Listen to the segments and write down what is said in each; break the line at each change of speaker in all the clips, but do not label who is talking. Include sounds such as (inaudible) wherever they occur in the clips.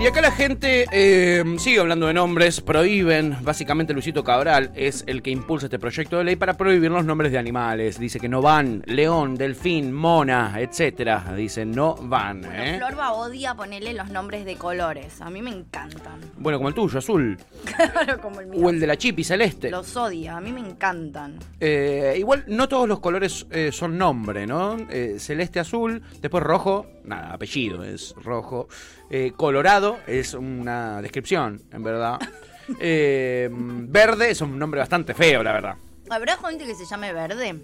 Y acá la gente eh, sigue hablando de nombres, prohíben, básicamente Luisito Cabral es el que impulsa este proyecto de ley para prohibir los nombres de animales. Dice que no van, león, delfín, mona, etcétera. Dice no van. ¿eh?
Bueno, Florba odia ponerle los nombres de colores. A mí me encantan.
Bueno, como el tuyo, azul.
(laughs) Claro, como el mío.
O el de la chipi celeste.
Los odia. A mí me encantan.
Eh, igual no todos los colores eh, son nombre, ¿no? Eh, celeste, azul, después rojo, nada, apellido es rojo. Eh, colorado es una descripción, en
(laughs)
verdad. Eh, verde es un nombre bastante feo, la verdad.
¿Habrá gente que se llame verde?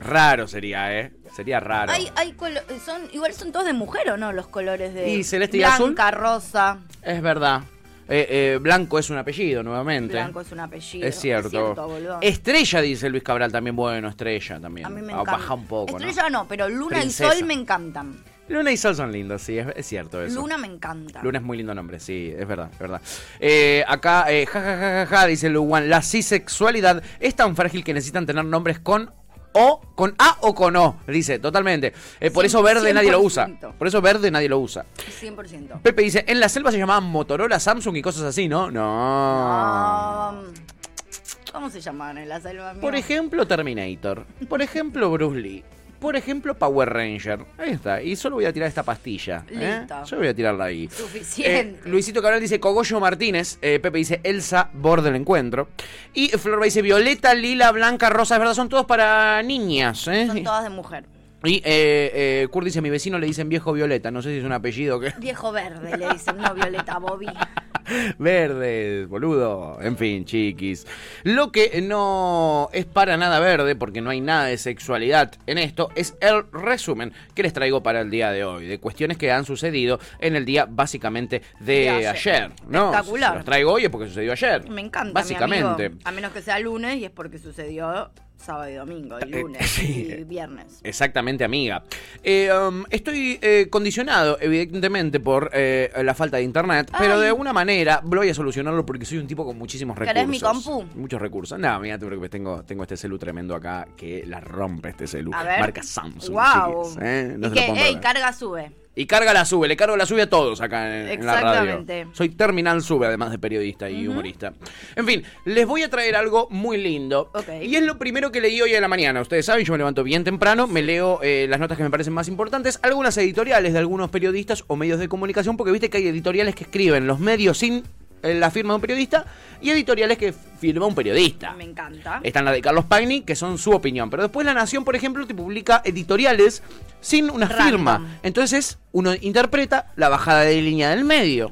Raro sería, ¿eh? Sería raro.
Hay, hay colo- son, igual son todos de mujer o no los colores de
Y celeste y
blanca,
azul.
rosa.
Es verdad. Eh, eh, blanco es un apellido, nuevamente.
Blanco es un apellido.
Es cierto.
boludo.
estrella, dice Luis Cabral, también bueno, estrella también.
a mí me
Ah,
encanta.
Baja un poco. ¿no?
Estrella no, pero Luna
Princesa.
y Sol me encantan.
Luna y Sol son lindos, sí, es, es cierto eso.
Luna me encanta.
Luna es muy lindo nombre, sí, es verdad, es verdad. Eh, acá, eh, ja, ja, ja, ja, ja, dice Luwan, la cisexualidad es tan frágil que necesitan tener nombres con O, con A o con O, dice, totalmente. Eh, por eso
Cien-
verde nadie lo usa.
100%.
Por eso verde nadie lo usa.
100%.
Pepe dice, en la selva se llamaban Motorola, Samsung y cosas así, ¿no? No.
Ah, ¿Cómo se llaman en la selva?
Por
mía?
ejemplo, Terminator. Por ejemplo, Bruce Lee. Por ejemplo, Power Ranger. Ahí está. Y solo voy a tirar esta pastilla. ¿eh?
Listo.
Yo voy a tirarla ahí.
Suficiente.
Eh, Luisito Cabral dice Cogollo Martínez. Eh, Pepe dice Elsa Bor del Encuentro. Y Florba dice Violeta, Lila, Blanca, Rosa. Es verdad, son todos para niñas. ¿eh?
Son todas de mujer.
Y eh, eh, Kurt dice: Mi vecino le dicen viejo Violeta. No sé si es un apellido que.
Viejo verde, le dicen, no Violeta Bobby.
Verdes, boludo. En fin, chiquis. Lo que no es para nada verde, porque no hay nada de sexualidad en esto, es el resumen que les traigo para el día de hoy, de cuestiones que han sucedido en el día básicamente de,
De
ayer.
ayer.
¿no?
Espectacular.
Si los traigo hoy es porque sucedió ayer.
Me encanta. Mi
Básicamente.
amigo. A menos que sea lunes y es porque sucedió sábado y domingo, y
Eh,
lunes
sí.
y viernes.
Exactamente, amiga. Eh, um, estoy eh, condicionado, evidentemente, por eh, la falta de internet, pero
Ay.
de alguna manera voy a solucionarlo porque soy un tipo con muchísimos recursos.
¿Querés mi compu?
Muchos recursos. No, mira, te preocupes, tengo, tengo este celu tremendo acá que la rompe este celu.
A ver.
Marca Samsung.
Wow.
chiquis, ¿eh? No
y
se
que,
lo puedo
ey,
perder.
carga sube.
Y carga la sube, le cargo la sube a todos acá en, en la radio.
Exactamente.
Soy terminal sube, además de periodista y humorista. En fin, les voy a traer algo muy lindo.
Ok.
Y es lo primero que leí hoy a la mañana. Ustedes saben, yo me levanto bien temprano, me leo eh, las notas que me parecen más importantes, algunas editoriales de algunos periodistas o medios de comunicación, porque viste que hay editoriales que escriben los medios sin eh, la firma de un periodista y editoriales que firma un periodista.
Me encanta.
Están las de Carlos Paini, que son su opinión. Pero después La Nación, por ejemplo, te publica editoriales sin una
Random.
firma. Entonces, uno interpreta la bajada de línea del medio,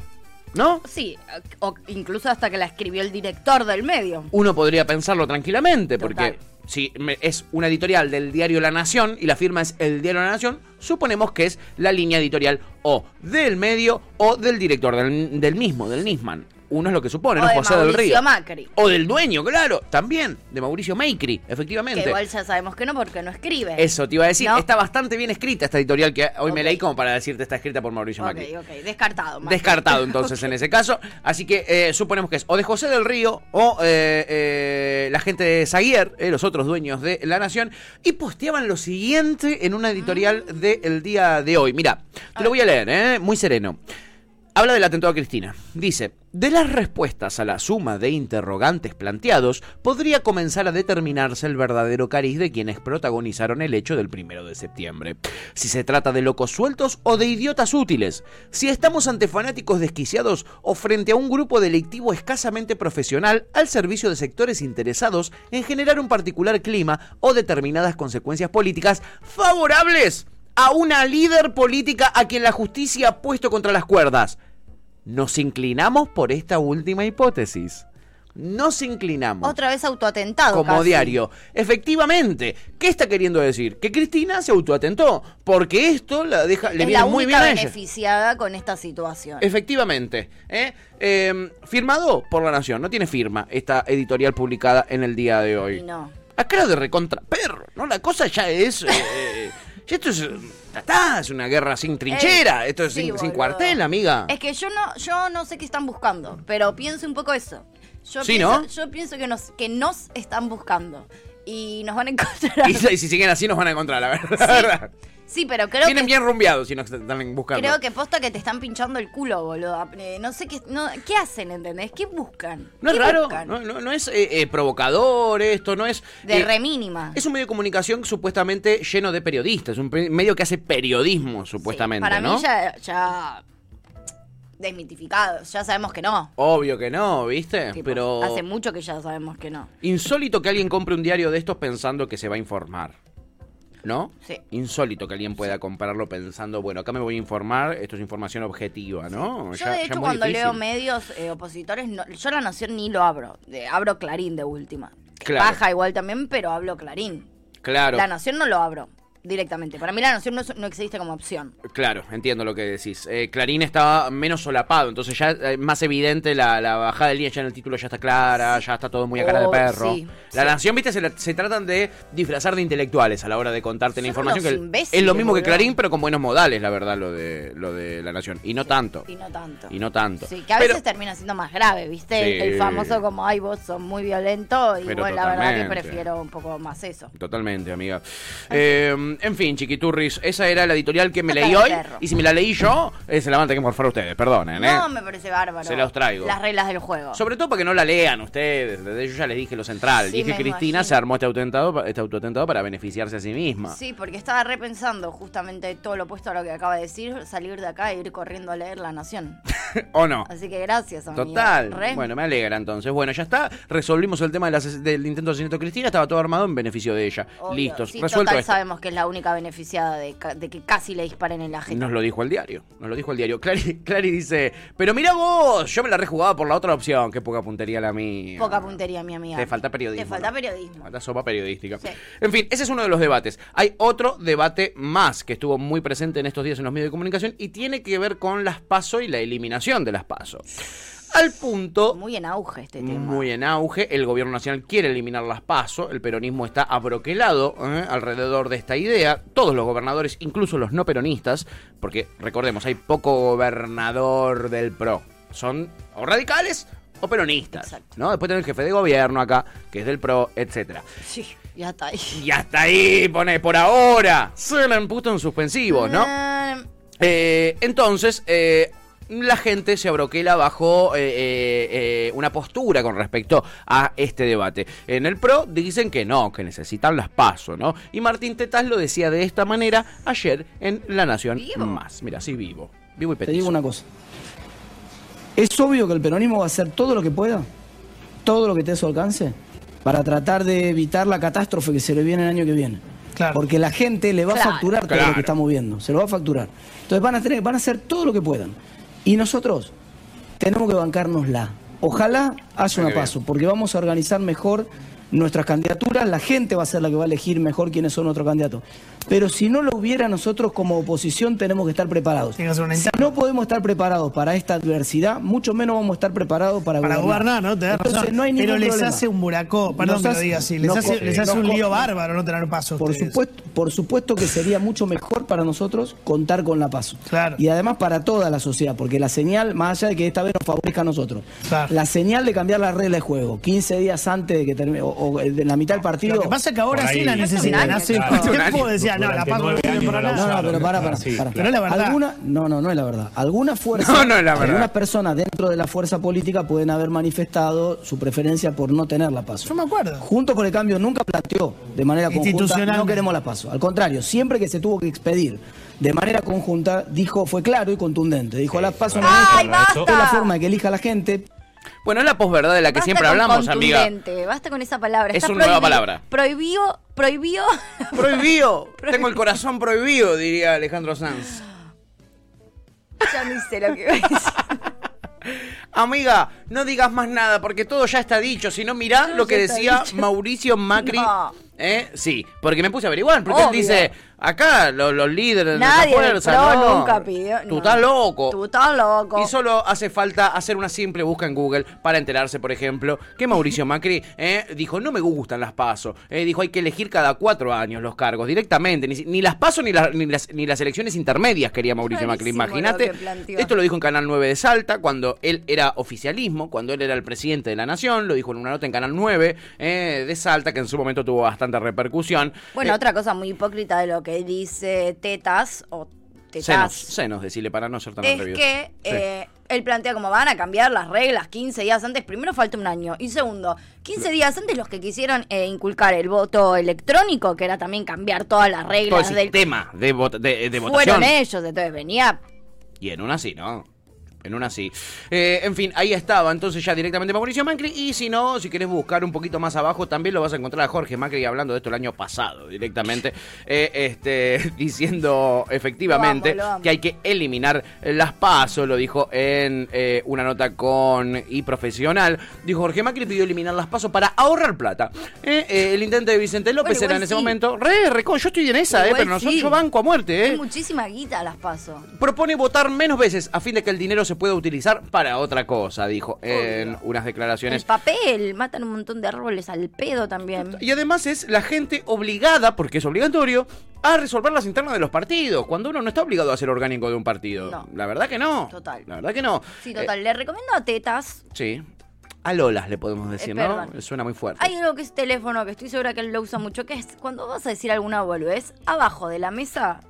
¿no?
Sí, o incluso hasta que la escribió el director del medio.
Uno podría pensarlo tranquilamente, porque
Total.
si me- es una editorial del diario La Nación y la firma es el diario La Nación, suponemos que es la línea editorial o del medio o del director del, del mismo, del Nisman. Uno es lo que supone,
O
¿no?
de
José del
Mauricio
Río.
Macri.
O del dueño, claro, también, de Mauricio Macri, efectivamente.
Que igual ya sabemos que no porque no escribe.
Eso te iba a decir.
¿No?
Está bastante bien escrita esta editorial que hoy me
Ok.
leí como para decirte está escrita por Mauricio
Ok,
Macri.
ok, descartado. Macri.
Descartado
(laughs)
entonces en ese caso. Así que eh, suponemos que es o de José del Río o eh, eh, la gente de Zaguier, eh, los otros dueños de La Nación, y posteaban lo siguiente en una editorial
Mm.
del día de hoy. Mira, te lo voy a leer, eh, muy sereno. Habla del atentado a Cristina. Dice, de las respuestas a la suma de interrogantes planteados, podría comenzar a determinarse el verdadero cariz de quienes protagonizaron el hecho del primero de septiembre. Si se trata de locos sueltos o de idiotas útiles. Si estamos ante fanáticos desquiciados o frente a un grupo delictivo escasamente profesional al servicio de sectores interesados en generar un particular clima o determinadas consecuencias políticas favorables a una líder política a quien la justicia ha puesto contra las cuerdas. Nos inclinamos por esta última hipótesis. Nos inclinamos.
Otra vez autoatentado.
como
casi.
diario. Efectivamente, ¿qué está queriendo decir? Que Cristina se autoatentó, porque esto la deja, le
es
viene
la
muy bien
única
a ella.
beneficiada con esta situación.
Efectivamente. ¿eh? Eh, firmado por La Nación. No tiene firma esta editorial publicada en el día de hoy.
Y no.
Acá era de recontra perro, ¿no? La cosa ya es. eh, ya esto es. ya está, es una guerra sin trinchera.
Ey,
esto es
Eh, sí,
sin, sin
boludo.
cuartel, amiga.
Es que yo no, yo no sé qué están buscando, pero pienso un poco eso. Yo
Sí,
pienso,
¿no?
Yo pienso que nos, que nos están buscando. y nos van a encontrar.
(laughs) Y, si y si siguen así nos van a encontrar, la verdad. la verdad.
Sí, pero creo
Vienen
que,
bien rumbeados si nos están buscando.
creo que posta que te están pinchando el culo, boludo. Eh, no sé qué, no, qué hacen, ¿entendés? ¿Qué buscan?
No es
¿Qué
raro,
buscan?
no, no- no es eh, eh, provocador esto, no es...
De
eh,
re mínima.
Es un medio de comunicación supuestamente lleno de periodistas, un pe- medio que hace periodismo, supuestamente,
Sí, para
¿no?
mí ya, ya desmitificado, ya sabemos que no.
Obvio que no, ¿viste?
Tipo,
Pero
Hace mucho que ya sabemos que no.
insólito que alguien compre un diario de estos pensando que se va a informar. ¿No?
Sí.
Insólito que alguien pueda comprarlo pensando, bueno, acá me voy a informar, esto es información objetiva, ¿no?
Yo
Ya-
de
ya
hecho
muy
cuando
difícil.
leo medios eh, opositores, no- yo la noción ni lo abro. Eh, abro Clarín de última. Que
Claro.
Baja igual también, pero hablo Clarín.
Claro.
La noción no lo abro directamente. Para mí la noción no, es- no existe como opción.
Claro, entiendo lo que decís. Eh, Clarín estaba menos solapado, entonces ya eh, más evidente la, la bajada de línea, ya en el título ya está clara, ya está todo muy a cara de
Oh,
perro.
sí,
la
sí.
Nación, viste, se, la- se tratan de disfrazar de intelectuales a la hora de contarte la
Son
información.
unos
que el-
imbéciles,
es lo mismo que
boludo.
Clarín, pero con buenos modales, la verdad, lo de, lo de La Nación. Y no tanto.
Y no tanto.
Y no tanto.
Sí, que a
Pero-
veces termina siendo más grave, ¿viste?
Sí.
El famoso como, ay, vos sos muy violento. Y
Pero
bueno, la verdad que
totalmente.
prefiero un poco más eso.
Totalmente, amiga. Eh, en fin, chiquiturris, esa era la editorial que me
Cara
leí
de
hoy.
perro.
Y si me la leí yo, eh, se la van a tener que morfar ustedes, perdonen, ¿eh?
No, me parece bárbaro.
Se los traigo.
Las reglas del juego.
Sobre todo para que no la lean ustedes. desde- Yo ya les dije lo central.
Sí,
dije
me
Cristina
imagino.
se armó este autoatentado, pa- este autoatentado para beneficiarse a sí misma.
Sí, porque estaba repensando justamente todo lo opuesto a lo que acaba de decir, salir de acá e ir corriendo a leer La Nación.
(laughs) ¿O no?
Así que gracias, amigo.
Total.
Re.
Bueno, me alegra entonces. Bueno, ya está. Resolvimos el tema del, ases- del intento de asesinato de Cristina. Estaba todo armado en beneficio de ella.
Obvio.
Listos.
Sí,
Resuelto
total
esto.
sabemos que es la única beneficiada de, ca- de que casi le disparen en la gente.
Nos lo dijo el diario. Nos lo dijo el diario. Clary, Clary dice: Pero mira vos, yo me la rejugaba por la otra opción. Qué poca puntería la mía.
Poca puntería, mi amiga.
Te falta periodismo.
Te falta
¿no? Te
periodismo.
falta sopa periodística.
Sí.
En fin, ese es uno de los debates. Hay otro debate más que estuvo muy presente en estos días en los medios de comunicación y tiene que ver con las PASO y la eliminación de las PASO. Al punto
Muy en auge este tema.
muy en auge. El gobierno nacional quiere eliminar las PASO. El peronismo está abroquelado ¿eh? alrededor de esta idea. Todos los gobernadores, incluso los no peronistas, porque recordemos, hay poco gobernador del PRO. Son o radicales o peronistas.
Exacto.
¿no? Después tenés el jefe de gobierno acá, que es del PRO, etcétera.
Sí, ya está ahí.
Y hasta ahí, pone por ahora. Se la han puesto en suspensivo, ¿no?
Eh,
Eh, entonces, eh, la gente se abroquela bajo eh, eh, eh, una postura con respecto a este debate. En el PRO dicen que no, que necesitan las pasos, ¿no? Y Martín Tetaz lo decía de esta manera ayer en La Nación
¿Vivo?
Más. Mira, sí, vivo. Vivo y
Te digo
petizo.
una cosa. Es obvio que el peronismo va a hacer todo lo que pueda, todo lo que esté a su alcance, para tratar de evitar la catástrofe que se le viene el año que viene.
Claro.
Porque la gente le va
Claro.
a facturar todo
Claro.
lo que estamos viendo, se lo va a facturar. Entonces van a, tener, van a hacer todo lo que puedan. Y nosotros tenemos que bancárnosla. Ojalá haya
qué
una
bien.
paso, porque vamos a organizar mejor nuestras candidaturas, la gente va a ser la que va a elegir mejor quiénes son nuestros candidatos. Pero si no lo hubiera nosotros como oposición tenemos que estar preparados.
Tiene que ser una
Si no podemos estar preparados para esta adversidad, mucho menos vamos a estar preparados para,
Para gobernar, ¿no? Tenés
Entonces,
razón.
no hay
Pero
ningún
les
problema.
hace un buracó, perdón
Nos
que lo
hace-
diga así, les
nos
hace,
co-
les hace
nos
un
co-
lío bárbaro no tener paso
Por
ustedes.
supuesto, por supuesto que sería mucho mejor para nosotros contar con la PASO.
Claro.
Y además para toda la sociedad, porque la señal, más allá de que esta vez nos favorezca a nosotros,
Claro.
la señal de cambiar la regla de juego, 15 días antes de que termine, o, o eh, de la mitad del partido.
Lo que pasa es que ahora
Por
sí
ahí-
la necesitan.
Claro.
Hace
Claro.
un tiempo decían, no, la
Durante
paso no
nueve
viene
años
para
no la
nada.
No, no,
usaron,
pero pará, pará,
sí,
pará.
claro.
Pero es la verdad.
Alguna, no, no, no es la verdad. Alguna fuerza,
No, no es la verdad.
algunas personas dentro de la fuerza política pueden haber manifestado su preferencia por no tener la paso.
Yo me acuerdo.
Juntos por el Cambio nunca planteó de manera conjunta
Institucionalmente.
no queremos la paso. Al contrario, siempre que se tuvo que expedir de manera conjunta, dijo, fue claro y contundente. Dijo, la paso no es
Ah.
¡Ay,
Para eso-
esta, es la
basta!
forma de que elija la gente.
Bueno, es la posverdad de la que
Basta
siempre
con
hablamos, amiga.
contundente, Basta con esa palabra.
Es
Está
una nueva
prohibi-
palabra.
Prohibió, prohibió. (laughs)
Prohibido. Tengo el corazón prohibido, diría Alejandro Sanz.
ya no sé lo que iba
(laughs)
a decir.
Amiga, no digas más nada porque todo ya está dicho. Si no, mirá
Todo
lo
ya
que
está
decía
dicho.
Mauricio Macri.
(laughs) No.
¿Eh? Sí, porque me puse a averiguar. Porque él
Obvio.
dice: Acá lo- los líderes de
Nadie
nuestra
del
fuerza,
PRO
no.
nunca pidió-
Tú
no.
estás loco.
Tú estás loco.
Y solo hace falta hacer una simple busca en Google para enterarse, por ejemplo, que
(laughs)
Mauricio Macri eh, dijo, no me gustan las pasos. dijo, hay que elegir cada cuatro años los cargos directamente. Ni, si- ni las pasos ni, las- ni las, ni las elecciones intermedias quería Mauricio Macri.
Rarísimo lo
Imagínate.
que planteó.
Esto lo dijo en Canal 9 de Salta, cuando él era oficialismo, cuando él era el presidente de la Nación. Lo dijo en una nota en Canal 9 eh, de Salta, que en su momento tuvo bastante repercusión.
Bueno,
Eh,
otra cosa muy hipócrita de lo que dice Tetas o
Senos,
Tetas.
senos, decirle para no ser tan
es
atrevido.
que
Sí.
eh, él plantea cómo van a cambiar las reglas 15 días antes. Primero falta un año. Y segundo, 15 días antes los que quisieron eh, inculcar el voto electrónico, que era también cambiar todas las
Todo el
reglas del...
sistema de, vota- de- de votación.
Fueron ellos, entonces venía
Y en una sí, ¿no? En una sí. Eh, en fin, ahí estaba entonces ya directamente Mauricio Macri. Y si no, si querés buscar un poquito más abajo, también lo vas a encontrar a Jorge Macri hablando de esto el año pasado directamente. eh, este, (laughs) diciendo efectivamente
Lo amo, lo amo.
que hay que eliminar las pasos. Lo dijo en eh, una nota con y profesional. Dijo Jorge Macri pidió eliminar las pasos para ahorrar plata. Eh, eh, el intento de Vicente López
Bueno,
era
igual
en ese
sí.
momento. Re, re, co- yo estoy en esa, eh,
Igual
pero nosotros
sí.
yo banco a muerte. Eh
Es muchísima guita las paso.
propone votar menos veces a fin de que el dinero se pueda utilizar para otra cosa, dijo en unas
El
declaraciones.
papel, matan un montón de árboles al pedo también.
Y además es la gente obligada, porque es obligatorio, a resolver las internas de los partidos, cuando uno no está obligado a ser orgánico de un partido.
No.
La verdad que no.
Total.
La verdad que no.
Sí,
Eh,
total, le recomiendo a Tetas.
sí. A Lolas le podemos decir, ¿no?
perdón.
Suena muy fuerte.
Hay algo que es teléfono que estoy segura que él lo usa mucho, que es cuando vas a decir alguna boludez, abajo de la mesa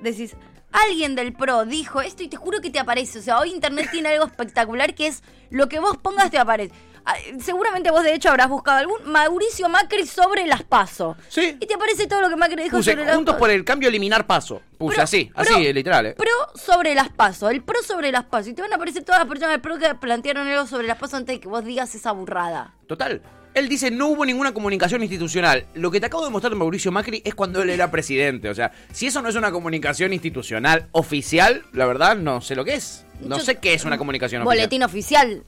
decís, alguien del pro dijo esto y te juro que te aparece. O sea, hoy internet tiene algo espectacular que es lo que vos pongas te aparece. Ah, Seguramente vos de hecho habrás buscado algún Mauricio Macri sobre las PASO.
Sí.
Y te aparece todo lo que Macri dijo
Puse
sobre las
juntos
PASO.
por el cambio eliminar paso. Puse
Pro-
así,
pro-
así, literal. eh.
Pro sobre las pasos, el pro sobre las pasos. Y te van a aparecer todas las personas del pro que plantearon algo sobre las pasos antes de que vos digas esa burrada.
Total. Él dice, no hubo ninguna comunicación institucional. Lo que te acabo de mostrar de Mauricio Macri es cuando él era presidente. O sea, si eso no es una comunicación institucional oficial, la verdad no sé lo que es. No
Yo-
sé qué es una comunicación
Boletín oficial.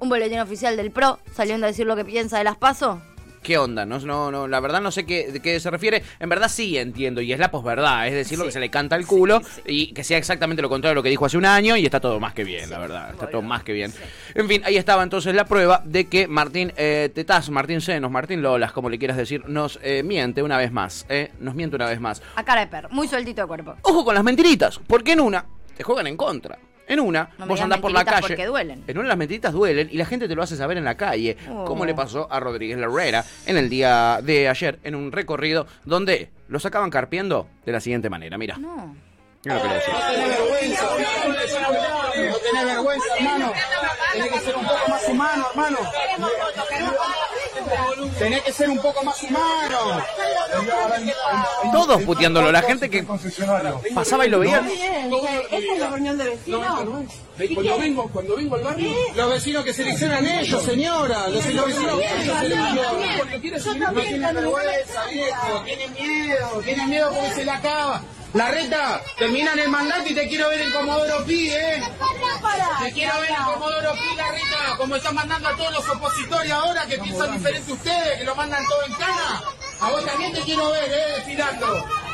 Un boletín oficial del pro saliendo a decir lo que piensa de las pasos.
oficial. ¿Qué onda? No, no, no, la verdad no sé qué, de qué se refiere. En verdad sí entiendo, y es la posverdad, es decir, lo que se le canta al culo y que sea exactamente lo contrario de lo que dijo hace un año y está todo más que bien, la verdad. Está todo más que bien. En fin, ahí estaba entonces la prueba de que Martín eh, Tetaz, Martín Senos, Martín Lolas, como le quieras decir, nos eh, miente una vez más. eh, nos miente una vez más.
A cara de perro, muy sueltito de cuerpo.
Ojo con las mentiritas, porque en una te juegan en contra. En una,
No
vos
me digas
andás por la
mentiritas
calle.
porque duelen.
En una las mentiritas duelen y la gente te lo hace saber en la calle,
Oh.
como le pasó a Rodríguez Herrera en el día de ayer, en un recorrido donde lo sacaban carpiendo de la siguiente manera. Mira,
No.
mira lo que le decía.
No tenés vergüenza, hermano. Tenés que ser un poco más humano, hermano. Tenés que ser un poco más humano.
Todos puteándolo, la gente que
Concesionario.
pasaba y lo veía.
Cuando vengo, cuando vengo al barrio, los vecinos que seleccionan ellos, señora. Los, los vecinos que ellos seleccionan. Porque quieren subir, no tienen vergüenza, viejo. Tienen miedo, tienen miedo porque se la acaba. La reta, terminan el mandato y te quiero ver en Comodoro Pi, eh. Te quiero ver en Comodoro Pi, la reta. Como están mandando a todos los opositores ahora que piensan diferente a ustedes, que lo mandan todo en cana. A vos también te quiero ver, eh, desfilando.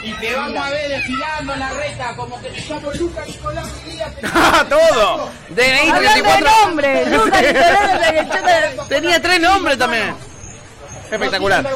Y te vamos a ver desfilando en la reta, como que te llamo Lucas Nicolás Díaz. te-
(laughs) ¡Todo! DNI
Hablando de
34.
nombre, Lucas Nicolás de
(laughs)
Pietrechota.
Tenía tres nombres también. Espectacular.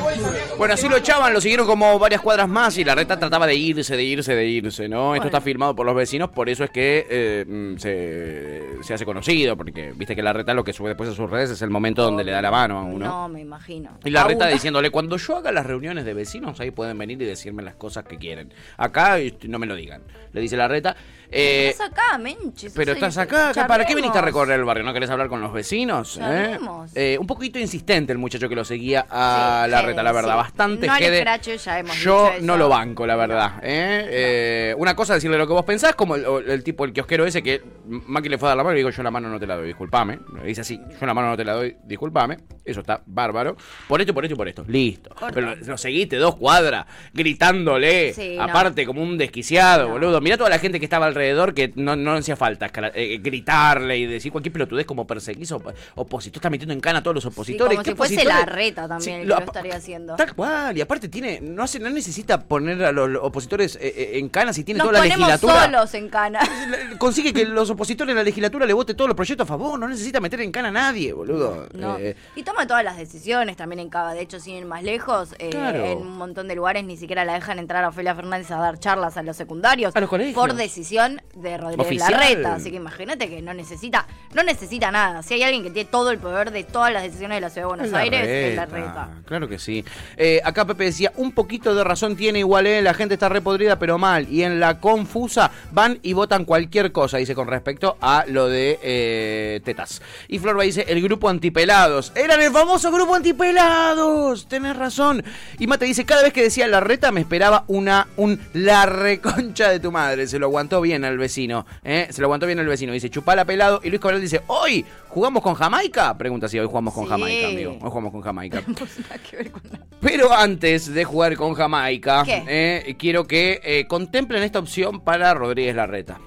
Bueno, así lo echaban, lo siguieron como varias cuadras más y la reta trataba de irse, de irse, de irse, ¿no? Esto está firmado por los vecinos, por eso es que eh, mm, se, se hace conocido, porque viste que la reta lo que sube después a sus redes es el momento donde le da la mano a uno.
No, me imagino.
Y la reta
(laughs) Aún-
diciéndole, cuando yo haga las reuniones de vecinos, ahí pueden venir y decirme las cosas que quieren. Acá este, no me lo digan. Le dice la reta. eh,
Estás acá, menches.
pero
soy-
estás acá, acá, ¿para qué
charlemos.
viniste a recorrer el barrio? ¿No querés hablar con los vecinos? eh?
Charlemos.
Eh, un poquito insistente el muchacho que lo seguía a
Sí,
la reta, la
Jede,
verdad.
sí.
Bastante
No al
Jede.
escracho, ya hemos
Yo
dicho
no
eso.
lo banco, la verdad. ¿eh? Eh, una cosa es decirle lo que vos pensás, como el, o- el tipo, el kiosquero ese que Maki le fue a dar la mano y digo, yo la mano no te la doy, disculpame. Le dice así, yo la mano no te la doy, disculpame. Eso está bárbaro. Por esto, por esto y por esto. Listo. Pero lo, lo seguiste dos cuadras gritándole.
Sí, no.
Aparte parte como un desquiciado, boludo. Mirá toda la gente que estaba alrededor que no, no hacía falta escala- eh, gritarle y decir cualquier pelotudez como perseguís op- opositores. Estás metiendo en cana a todos los opositores.
como
¿Qué
si fuese
opositores?
la reta también, el que
Lo-
lo, estaría haciendo.
Tal cual, y aparte tiene, no hace, no necesita poner a los opositores eh, eh, en cana si tiene
Nos
toda la
ponemos
legislatura.
solos
(laughs)
en cana.
Consigue que los opositores de la legislatura le voten todos los proyectos a favor, no necesita meter en cana a nadie, boludo.
No.
Eh,
Y toma todas las decisiones también en Cava. De hecho, sin ir más lejos, eh,
Claro.
en un montón de lugares ni siquiera la dejan entrar a Ofelia Fernández a dar charlas a los secundarios.
A los colegios.
Por decisión de Rodríguez
Oficial.
Larreta. Así que imagínate que no necesita, no necesita nada. Si hay alguien que tiene todo el poder de todas las decisiones de la ciudad de Buenos Aires, es Larreta.
Claro que sí. Eh, acá Pepe decía, un poquito de razón tiene igual, eh, la gente está repodrida pero mal. Y en la confusa van y votan cualquier cosa, dice con respecto a lo de eh, tetas. Y Florba dice, el grupo antipelados. Eran el famoso grupo antipelados. Tenés razón. Y Mate dice, cada vez que decía la reta me esperaba una, un la reconcha de tu madre. Se lo aguantó bien al vecino. eh, Se lo aguantó bien al vecino. Dice, chupala pelado. Y Luis Cabral dice, hoy jugamos con Jamaica. Pregunta si hoy jugamos con
Sí.
Jamaica, amigo. Hoy jugamos con Jamaica.
(laughs) Nada que ver con nada.
Pero antes de jugar con Jamaica,
¿Qué?
eh, quiero que eh, contemplen esta opción para Rodríguez Larreta.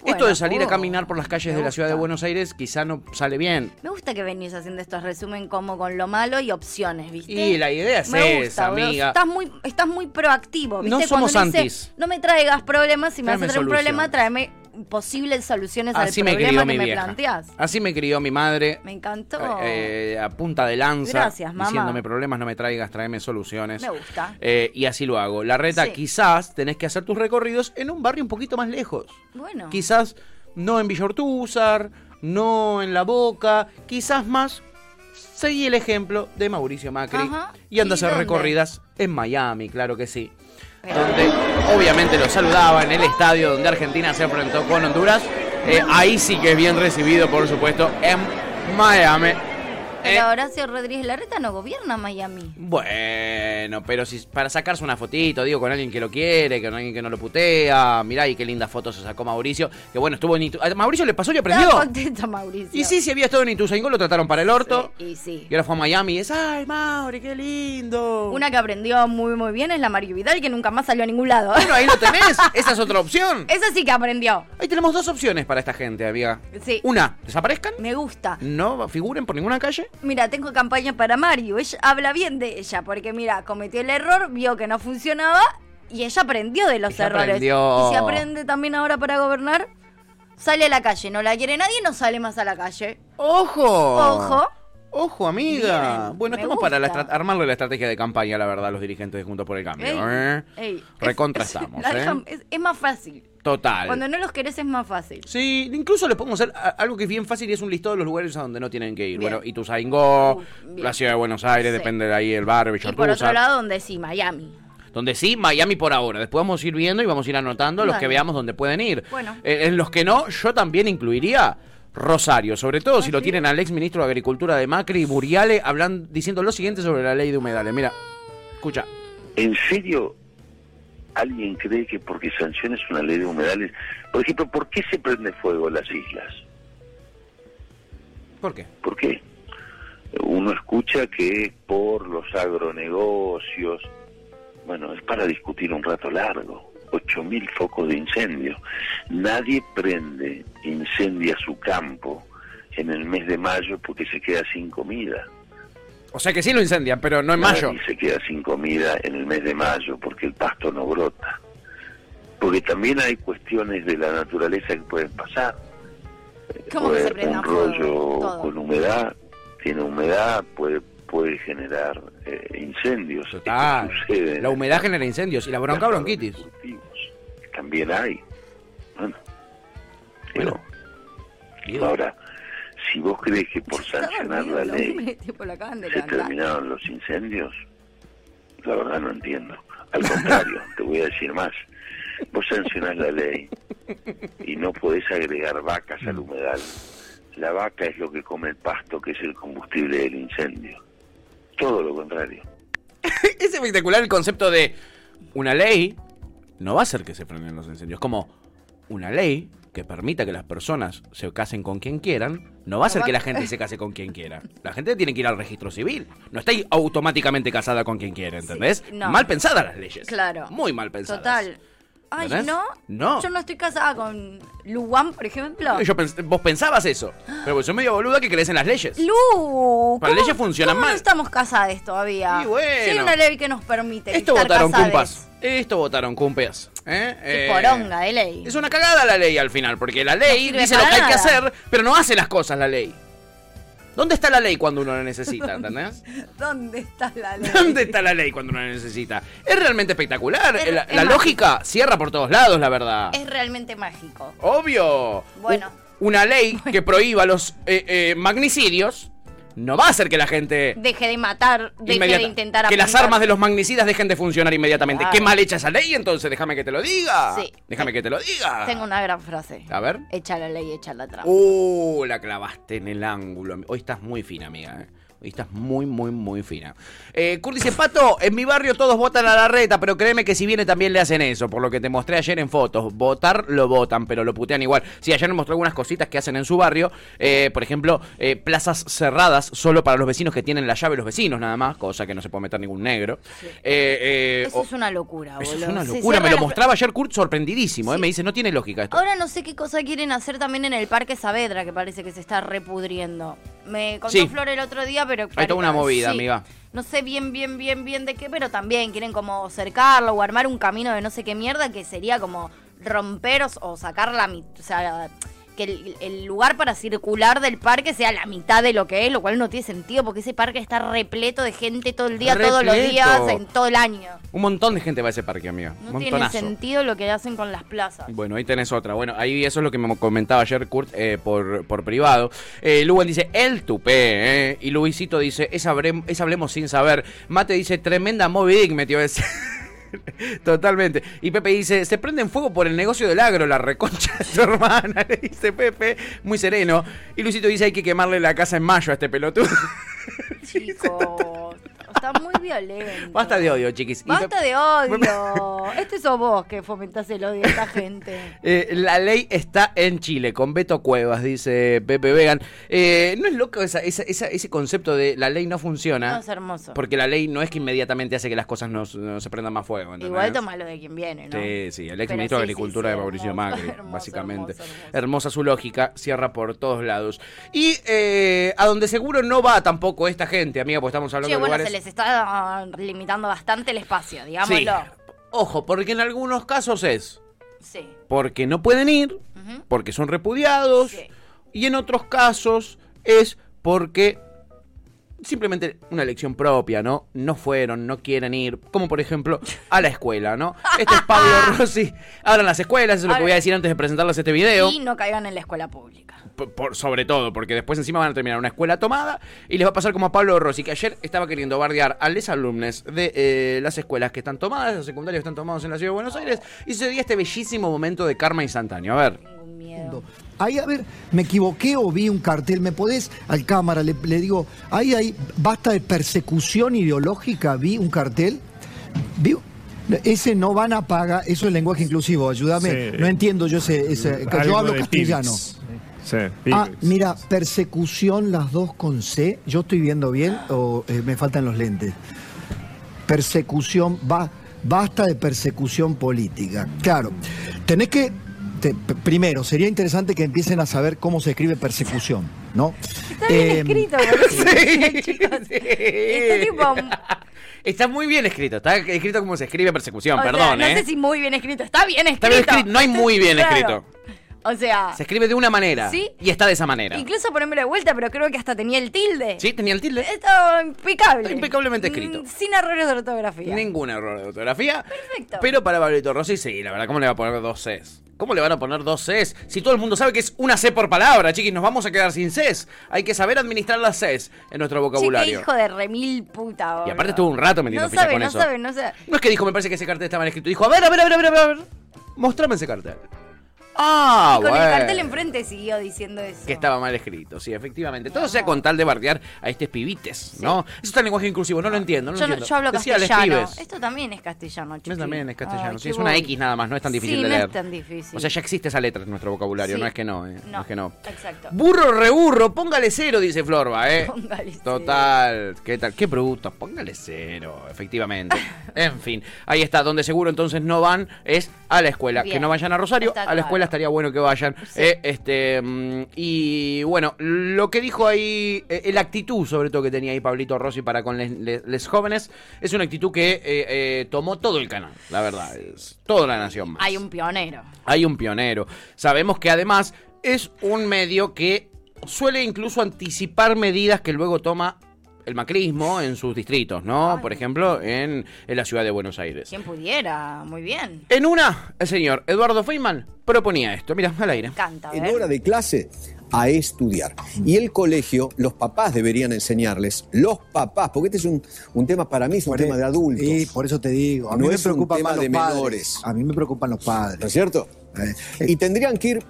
Esto
Bueno,
de salir a
oh,
caminar por las calles
me
de la ciudad de
gusta.
Buenos Aires quizá no sale bien.
Me gusta que venís haciendo estos resumen como con lo malo y opciones, ¿viste?
Y la idea es esa,
Me gusta, boludo.
amiga.
Estás muy, estás muy proactivo, ¿viste?
No somos
Cuando uno dice,
antis.
no me traigas problemas, si me
Tráeme
vas a traer un problema,
soluciones".
tráeme posibles soluciones
Así
al
me
problema
crió
que
mi
me
vieja.
planteás.
Así me crió mi madre.
Me encantó.
Eh, eh, a punta de lanza.
Gracias, mamá.
Diciéndome problemas, no me traigas, tráeme soluciones.
Me gusta.
Eh, y así lo hago. La reta,
Sí.
quizás tenés que hacer tus recorridos en un barrio un poquito más lejos.
Bueno.
Quizás no en Villortúzar, no en La Boca, quizás más. Seguí el ejemplo de Mauricio Macri
Ajá.
y anda a
¿Y
hacer
dónde?
recorridas en Miami, claro que sí.
Pero-
Donde obviamente lo saludaba en el estadio donde Argentina se enfrentó con Honduras. Eh, ahí sí que es bien recibido, por supuesto, en Miami. Eh,
Pero Horacio Rodríguez Larreta no gobierna Miami.
bueno, pero si para sacarse una fotito, digo, con alguien que lo quiere, con alguien que no lo putea. Mirá, y qué linda foto se sacó Mauricio. Que bueno, estuvo en Itu- A Mauricio le pasó y aprendió.
Estaba contenta, Mauricio.
Y sí, si había estado en Ituzaingó, lo trataron para el orto.
Sí, y sí.
Y ahora fue a Miami y es, ¡ay, Mauri, qué lindo!
Una que aprendió muy, muy bien es la Mario Vidal, que nunca más salió a ningún lado. (laughs)
Bueno, ahí lo tenés. Esa es otra opción.
Esa sí que aprendió.
Ahí tenemos dos opciones para esta gente, amiga.
Sí.
Una, desaparezcan,
Me gusta.
no figuren por ninguna calle.
Mira, tengo campaña para Mario. Ella habla bien de ella, porque mira, cometió el error, vio que no funcionaba y ella aprendió de los
Ella
errores.
aprendió.
Y si aprende también ahora para gobernar, sale a la calle. No la quiere nadie, no sale más a la calle.
¡Ojo!
Ojo.
¡Ojo, amiga!
Bien,
bueno,
me
estamos para la
gusta.
estra- armarle la estrategia de campaña, la verdad, los dirigentes de Juntos por el Cambio.
Ey,
¿eh?
ey.
Recontra
Es-
estamos,
(laughs) la
¿eh?
dejan- es, es más fácil.
Total.
Cuando no los querés es más fácil.
Sí, incluso le podemos hacer a- algo que es bien fácil y es un listado de los lugares a donde no tienen que ir.
Bien.
Bueno, Ituzaingó,
Uh, bien.
la ciudad de Buenos Aires,
Sí.
depende de ahí el barrio,
Y por otro
Villortuza.
lado, donde sí, Miami.
Donde sí, Miami por ahora. Después vamos a ir viendo y vamos a ir anotando los
Dale.
que veamos donde pueden ir.
Bueno.
Eh, en los que no, yo también incluiría Rosario, sobre todo si lo tienen al ex ministro de Agricultura de Macri, Buriale, hablan, diciendo lo siguiente sobre la ley de humedales. Mira, escucha.
¿En serio alguien cree que porque sanciones una ley de humedales, por ejemplo, ¿por qué se prende fuego en las islas?
¿Por qué?
¿Por qué? Uno escucha que es por los agronegocios. Bueno, es para discutir un rato largo. 8.000 focos de incendio. Nadie prende, incendia su campo en el mes de mayo porque se queda sin comida.
O sea que sí lo incendian, pero no en mayo.
Nadie se queda sin comida en el mes de mayo porque el pasto no brota. Porque también hay cuestiones de la naturaleza que pueden pasar.
¿Cómo que
Puede-
se prendan
un
fuego?
rollo
Todo.
con humedad, tiene humedad, puede puede generar eh, incendios.
Total.
Esto sucede en
La humedad genera incendios y la bronca
los
bronquitis.
cultivos. También hay. Bueno, pero
Bueno, Diego.
ahora, si vos crees que por
Está
sancionar
dormido
la
el
ley
hombre, (laughs) tipo, lo acaban de
se
levantar.
terminaron los incendios? La verdad no entiendo. Al contrario, te voy a decir más. Vos sancionás la ley y no podés agregar vacas al humedal. La vaca es lo que come el pasto, que es el combustible del incendio. Todo lo contrario.
Es espectacular el concepto de una ley no va a hacer que se frenen los incendios. Como una ley que permita que las personas se casen con quien quieran, no va a hacer que la gente se case con quien quiera. La gente tiene que ir al registro civil. No está ahí automáticamente casada con quien quiere, ¿entendés?
no.
Mal pensadas las leyes.
Claro.
Muy mal pensadas.
Total. Ay,
¿Entendés?
¿no?
No.
Yo no estoy casada con Luan, por ejemplo.
Yo pens- vos pensabas eso. Pero vos sos medio boluda que crees en las leyes.
Lu,
Las
¿cómo-
leyes funcionan
cómo
mal.
No estamos casadas todavía.
Y bueno.
Sí, hay una ley que nos permite.
Esto
estar
votaron
casadas.
cumpas. Esto votaron cumpas. ¿eh?
Qué
Eh,
poronga de ley.
Es una cagada la ley al final, porque la ley
sirve
dice lo que
para
hay que
nada.
hacer, pero no hace las cosas la ley. ¿Dónde está la ley cuando uno la necesita?
(laughs)
¿Entendés? (laughs)
¿Dónde está la ley?
¿Dónde está la ley cuando uno la necesita? Es realmente espectacular. Eh,
Es-
la
es
la
mágico.
lógica cierra por todos lados, la verdad.
Es realmente mágico.
Obvio.
(laughs) Bueno.
U- Una ley que prohíba los eh, eh, magnicidios no va a hacer que la gente
Deje de matar, deje
inmediata-
de intentar
que las
apuntar.
armas de los magnicidas dejen de funcionar inmediatamente.
Claro.
Qué mal hecha esa ley, entonces déjame que te lo diga.
Sí.
Déjame que te lo diga.
Tengo una gran frase.
A ver.
Echa la ley, echa la trampa.
Uh, la clavaste en el ángulo. Hoy estás muy fina, amiga. ¿eh? Hoy estás muy, muy, muy fina. Eh, Kurt dice, Pato, en mi barrio todos votan a la reta, pero créeme que si viene también le hacen eso, por lo que te mostré ayer en fotos. Votar lo votan, pero lo putean igual. Sí, ayer me mostró algunas cositas que hacen en su barrio. Eh, por ejemplo, eh, plazas cerradas solo para los vecinos que tienen la llave, los vecinos nada más, cosa que no se puede meter ningún negro. Eh, eh,
Eso
o-
es una locura,
eso
boludo.
es una locura.
Se
Me
cierran
lo
las-
mostraba ayer Kurt sorprendidísimo. eh.
Sí.
Me dice, no tiene lógica esto.
Ahora no sé qué cosa quieren hacer también en el Parque Saavedra, que parece que se está repudriendo. Me contó
Sí.
Flor el otro día, pero...
Hay toda una movida,
sí.
amiga.
No sé bien, bien, bien, bien de qué, pero también quieren como cercarlo o armar un camino de no sé qué mierda que sería como romperos o sacar la mitad... O sea, que el, el lugar para circular del parque sea la mitad de lo que es, lo cual no tiene sentido porque ese parque está repleto de gente todo el día, todos los
Repleto.
días, en todo el año.
Un montón de gente va a ese parque, amiga.
No
Montonazo.
tiene sentido lo que hacen con las plazas.
Bueno, ahí tenés otra. Bueno, ahí eso es lo que me comentaba ayer Kurt eh, por, por privado. Eh, Luan dice, el tupé, ¿eh? Y Luisito dice, es, habrem- es hablemos sin saber. Mate dice, tremenda Moby Dick, me tío ese. (laughs) Totalmente. Y Pepe dice, se prende en fuego por el negocio del agro, la reconcha de su hermana, (laughs) le dice Pepe, muy sereno. Y Luisito dice, hay que quemarle la casa en mayo a este pelotudo. (laughs)
Chicos, está muy violento.
Basta de odio, chiquis. Y
Basta
Pepe-
de odio.
(laughs)
Este sos vos que fomentás el odio a esta gente.
Eh, la ley está en Chile, con Beto Cuevas, dice Pepe Vegan. Eh, ¿No es loco esa- esa- esa- ese concepto de la ley no funciona?
No, es hermoso.
Porque la ley no es que inmediatamente hace que las cosas no, no se prendan más fuego. ¿entendés?
Igual toma lo de quien viene, ¿no?
Sí, sí, el ex
Pero
ministro de
sí, sí,
Agricultura
sí,
de Mauricio
hermoso,
Macri,
hermoso,
básicamente.
hermoso, hermoso.
Hermosa su lógica, cierra por todos lados. Y eh, a donde seguro no va tampoco esta gente, amiga, porque estamos hablando
Che,
de
bueno,
lugares...
se les está ah, limitando bastante el espacio, digámoslo.
Sí. Ojo, porque en algunos casos es
Sí.
porque no pueden ir,
Ujú.
porque son repudiados,
Sí.
y en otros casos es porque simplemente una elección propia, ¿no? No fueron, no quieren ir, como por ejemplo a la escuela, ¿no? Este es Pablo Rossi, abran las escuelas, eso es lo que
Abran.
voy a decir antes de presentarles este video,
Y no caigan en la escuela pública.
p- por- sobre todo, porque después encima van a terminar una escuela tomada y les va a pasar como a Pablo Rossi, que ayer estaba queriendo bardear a los alumnos de eh, las escuelas que están tomadas, los secundarios que están tomados en la ciudad de Buenos Aires, y se dio este bellísimo momento de Karma instantáneo. A ver.
Tengo un miedo.
Ahí, a ver, me equivoqué o vi un cartel, ¿me podés? Al cámara le, le digo, ahí, ahí, basta de persecución ideológica, vi un cartel. Vi, ese no van a paga, eso es lenguaje inclusivo, ayúdame.
Sí.
No entiendo yo ese, ese- yo hablo castellano.
Sí,
Ah,
pibes.
mira, persecución las dos con C. Yo estoy viendo bien o eh, me faltan los lentes. Persecución, ba- basta de persecución política. Claro, tenés que, te- p- primero, sería interesante que empiecen a saber cómo se escribe persecución, ¿no?
Está
Em,
bien
Eh,
(laughs)
escrito, boludo. Chicos,
Sí.
Está tipo.
Está muy bien escrito, está escrito como se escribe persecución,
o sea,
perdón,
no
¿eh?
sé si muy bien escrito. Está bien escrito.
bien escrito, no hay muy bien escrito.
O sea.
Se escribe de una manera
Sí.
y está de esa manera.
Incluso ponémelo de vuelta, pero creo que hasta tenía el tilde.
Sí, tenía el tilde.
Está impecable.
Está impecablemente escrito.
Mm, Sin errores de ortografía.
Ningún error de ortografía.
Perfecto.
Pero para Pablito Rossi, sí, la verdad, ¿cómo le va a poner dos Cs? ¿Cómo le van a poner dos Cs? Si todo el mundo sabe que es una C por palabra, chiquis, nos vamos a quedar sin Cs. Hay que saber administrar las Cs en nuestro
Che, qué
vocabulario.
hijo de remil puta, boludo.
Y aparte estuvo un rato metiendo
No
ficha
sabe,
con
no
eso.
sabe, no sabe.
No es que dijo, me parece que ese cartel estaba mal escrito. Dijo, a ver, a ver, a ver, a ver, a ver. Mostrame ese cartel. Ah,
y con el
bueno.
cartel enfrente siguió diciendo eso.
Que estaba mal escrito, sí, efectivamente. Todo sea con tal de bardear a estos pibites, ¿no? Eso está en lenguaje inclusivo, no lo entiendo, no lo
Yo, no-
entiendo.
yo hablo
Decía les
castellano.
pibes.
Esto también es castellano, chicos.
Eso también es castellano. sí, es una X nada más, no es tan difícil
sí,
de
No
leer.
es tan difícil.
O sea, ya existe esa letra en nuestro vocabulario,
Sí.
no es que no, eh, no. es que no.
Exacto.
Burro reburro, póngale cero, dice Florba, ¿eh?
Póngale cero.
Total, ¿qué tal? Qué bruto, póngale cero,
(laughs)
efectivamente. en fin, ahí está, donde seguro entonces no van es a la escuela. Que
Bien,
no vayan a Rosario,
está
a la escuela
claro.
estaría bueno que vayan. Eh, este mm, Y bueno, lo que dijo ahí, eh, la actitud sobre todo que tenía ahí Pablito Rossi para con les, les- les jóvenes, es una actitud que eh, eh, tomó todo el canal, la verdad, es toda la nación más.
Hay un pionero.
Hay un pionero. Sabemos que además es un medio que suele incluso anticipar medidas que luego toma el macrismo en sus distritos, ¿no? Por ejemplo, en, en la ciudad de Buenos Aires.
Quien pudiera. Muy bien.
En una, el señor Eduardo Feynman proponía esto. Mira, al aire.
Canta, a
en
ver.
hora de clase a estudiar. Y el colegio, los papás deberían enseñarles, los papás, porque este es un, un tema para mí, es un
Por
tema
e-
de adultos.
Y por eso te digo, a mí
No
me
es un
preocupan
tema
más los
de
padres.
menores.
A mí me preocupan los
¿No es
padres.
cierto?
Eh,
Y tendrían que ir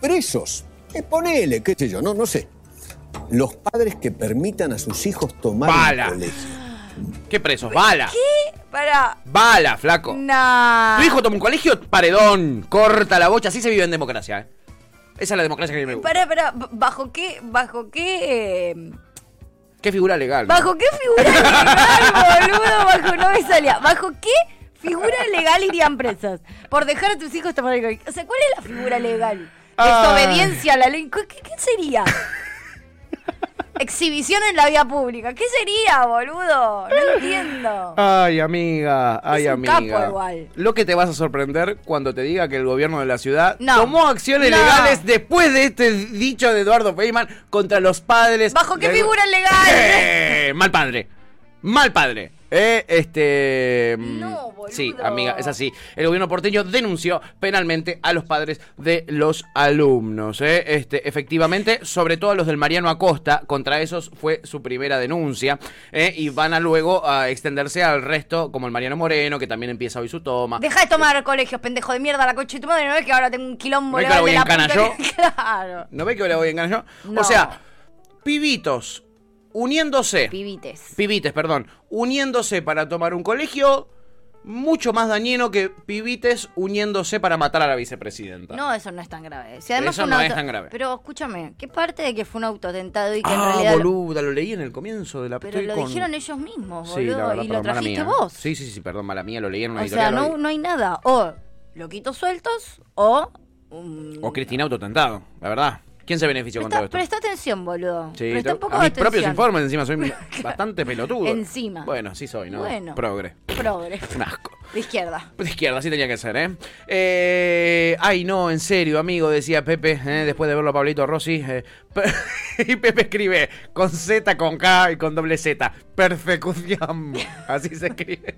presos. Eh, ponele, qué sé yo, no, no sé. Los padres que permitan a sus hijos tomar
Bala.
el colegio.
¿Qué presos? Bala.
Para.
Bala, flaco.
Nah.
Oh. Tu hijo toma un colegio, paredón, corta la bocha, así se vive en democracia. ¿eh? Esa es la democracia que a mí me gusta.
Para, para. ¿Bajo qué? ¿Bajo qué? eh,
Qué figura legal. ¿no?
¿Bajo qué figura (laughs) legal, boludo? Bajo, no me salía. ¿Bajo qué figura legal irían presos? Por dejar a tus hijos tomar el colegio. O sea, ¿cuál es la figura legal? Desobediencia a la ley. ¿Qué, qué- qué sería? Exhibición en la vía pública. ¿Qué sería, boludo? No entiendo.
Ay, amiga, ay,
un
amiga.
capo igual.
Lo que te vas a sorprender cuando te diga que el gobierno de la ciudad
No.
tomó acciones
No.
legales después de este dicho de Eduardo Feynman contra los padres.
¿Bajo qué
de-
figura legal?
(laughs) Eh, mal padre. Mal padre. Eh, este. mm,
No, boludo.
Sí, amiga, es así. El gobierno porteño denunció penalmente a los padres de los alumnos. eh. Este, efectivamente, sobre todo a los del Mariano Acosta, contra esos fue su primera denuncia. eh, y van a luego a extenderse al resto, como el Mariano Moreno, que también empieza hoy su toma.
Deja de tomar colegios, pendejo de mierda, la coche de tu madre. No ves que ahora tengo un
¿No
quilombo
ves que
legal
ahora
de la
voy en
puta
cana
que- (laughs) Claro.
¿No ve que ahora voy a engañar yo?
No.
O sea, pibitos uniéndose.
Pibites.
pibites, perdón, uniéndose para tomar un colegio mucho más dañino que pibites uniéndose para matar a la vicepresidenta.
No, eso no es tan grave. Si además
Eso
fue un
no
auto-
es tan grave.
Pero escúchame, ¿qué parte de que fue un autotentado y que en
ah,
realidad... lo-
boluda, lo leí en el comienzo de la
Pero
estoy
lo
con-
dijeron ellos mismos,
Sí, la
boludo,
verdad,
y lo
perdón, mala
trajiste
mía.
vos.
Sí, sí, sí, perdón, mala mía, lo leí en una
o sea,
editorial
no,
hoy.
no hay nada. O loquitos sueltos o... um,
O Cristina Autotentado, la verdad. ¿Quién se benefició Oh, con todo
presta,
esto?
presta atención, boludo.
Sí,
presta
te-
un poco
a
de
mis propios
atención.
informes encima soy
(laughs)
bastante pelotudo.
Encima.
Bueno, sí soy, ¿no?
Bueno.
Progre.
Progre.
(laughs) Un asco.
De izquierda.
De Pues izquierda, así tenía que ser, ¿eh? Eh, Ay, no, en serio, amigo, decía Pepe, ¿eh? después de verlo a Pablito Rossi. eh, pe- (laughs) y Pepe escribe con Z, con K y con doble Z. Persecución. (laughs) Así se escribe.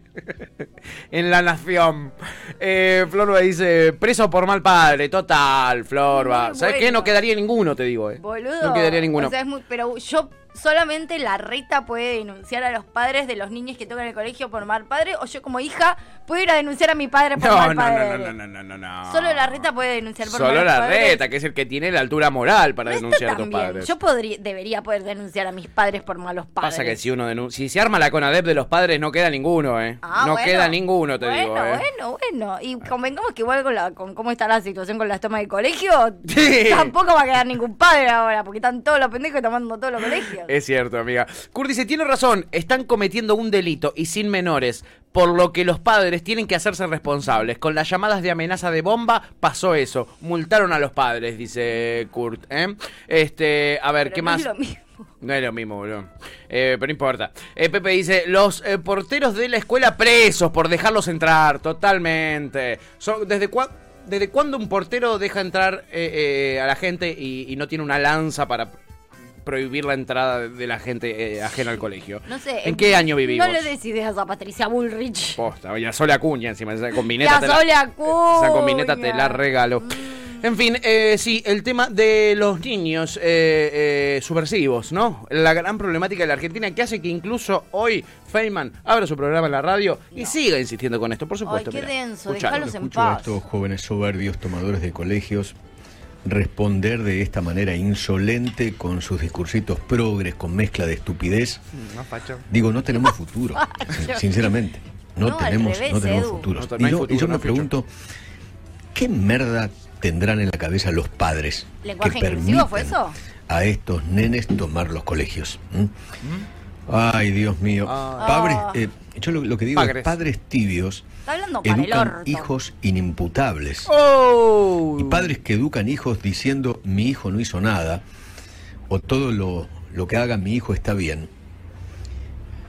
(laughs) en la nación. Eh, Florba dice, preso por mal padre. Total, Florba.
Muy
¿Sabes qué?
bueno.
No quedaría ninguno, te digo, ¿eh?
Boludo.
No quedaría ninguno.
O sea, es muy- pero yo solamente la reta puede denunciar a los padres de los niños que tocan el colegio por mal padre o yo como hija puedo ir a denunciar a mi padre por
no, no,
mal
no,
padre.
no, no, no, no, no.
Solo la reta puede denunciar por
Solo
mal
la
padre.
reta, que es el que tiene la altura moral para
No está
denunciar a
tan
tus
bien.
padres.
Yo podría, debería poder denunciar a mis padres por malos padres.
Pasa que si uno denuncia. Si se arma la CONADEP de los padres, no queda ninguno, ¿eh?
Ah,
no
bueno.
queda ninguno, te
bueno,
digo, ¿eh?
Bueno, bueno, Y convengamos que igual con, la- con cómo está la situación con las tomas de colegio,
Sí.
tampoco va a quedar ningún padre ahora, porque están todos los pendejos tomando todos los colegios.
Es cierto, amiga. Kurt dice: Tiene razón, están cometiendo un delito y sin menores, por lo que los padres tienen que hacerse responsables. Con las llamadas de amenaza de bomba pasó eso. Multaron a los padres, dice Kurt. ¿eh? Este, a ver,
Pero
¿qué
no
más?
es lo mismo.
No es lo mismo, boludo. Eh, pero no importa. Eh, Pepe dice, los eh, porteros de la escuela presos por dejarlos entrar, totalmente. Son- ¿Desde cuándo? ¿Desde cuándo un portero deja entrar eh, eh, a la gente y, y no tiene una lanza para prohibir la entrada de la gente eh, ajena al colegio?
No sé. em,
¿En qué año vivimos?
No le des ideas a Patricia Bullrich.
Posta, oye, a Sole Acuña encima, esa combineta.
La
te la-
Sole Acuña.
Esa combineta te la regalo. En fin, eh, sí, el tema de los niños eh, eh, subversivos, ¿no? La gran problemática de la Argentina que hace que incluso hoy Feynman abra su programa en la radio y siga insistiendo con esto, por supuesto.
Ay, qué
mirá.
denso,
Escuchá.
déjalos en
Escucho a
paz.
estos jóvenes soberbios tomadores de colegios responder de esta manera insolente con sus discursitos progres, con mezcla de estupidez. Digo, no tenemos
(laughs)
futuro,
Facho.
sinceramente. No,
No, al
tenemos,
revés,
no tenemos
Edu.
futuro.
No,
Y,
no hay
no- y
futuro,
yo
no
me
hay
pregunto, ¿qué merda tendrán en la cabeza los padres
¿Lenguaje
que
inclusivo
permiten
fue eso?
a estos nenes tomar los colegios? ¿Mm? Ay, Dios mío.
Ah.
Padres,
Ah.
eh, yo lo, lo que digo
Padres.
es padres tibios
Está hablando Oh, para el
educan
orto.
hijos inimputables.
¡Oh!
Y padres que educan hijos diciendo mi hijo no hizo nada o todo lo, lo que haga mi hijo está bien.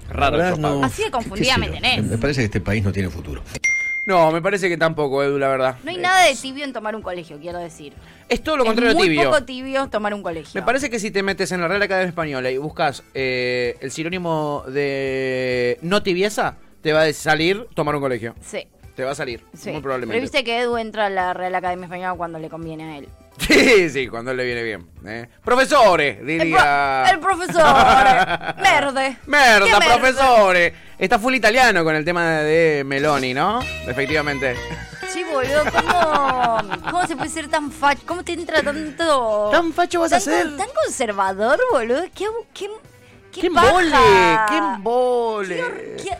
Raro
La verdad,
eso, padre.
Así de
qué- qué
confundida
sé
me
yo.
tenés.
Me parece que este país no tiene futuro.
No, me parece que tampoco, Edu, la verdad.
No hay
Eh,
nada de tibio en tomar un colegio, quiero decir.
Es todo lo contrario
es
de
muy
tibio.
poco tibio tomar un colegio.
Me parece que si te metes en la Real Academia Española y buscas eh, el sinónimo de no tibieza, te va a salir tomar un colegio.
Sí.
Te va a salir,
Sí.
muy
Pero
probablemente.
viste que Edu entra a la Real Academia Española cuando le conviene a él.
(laughs) Sí, sí, cuando le viene bien. ¿eh? Profesores,
El,
diría.
pro- el profesor.
(laughs)
Verde.
Merda,
¿Qué verde?
profesores. Está full italiano con el tema de Meloni, ¿no? Efectivamente.
Sí, boludo, ¿cómo, (laughs) ¿cómo se puede ser tan facho? ¿Cómo te entra tanto.
Tan facho vas a
tan con-
ser.
Tan conservador, boludo. ¿Qué. ¿Qué. ¿Qué,
¡Qué
paja.
embole! ¡Qué embole!
¿Qué-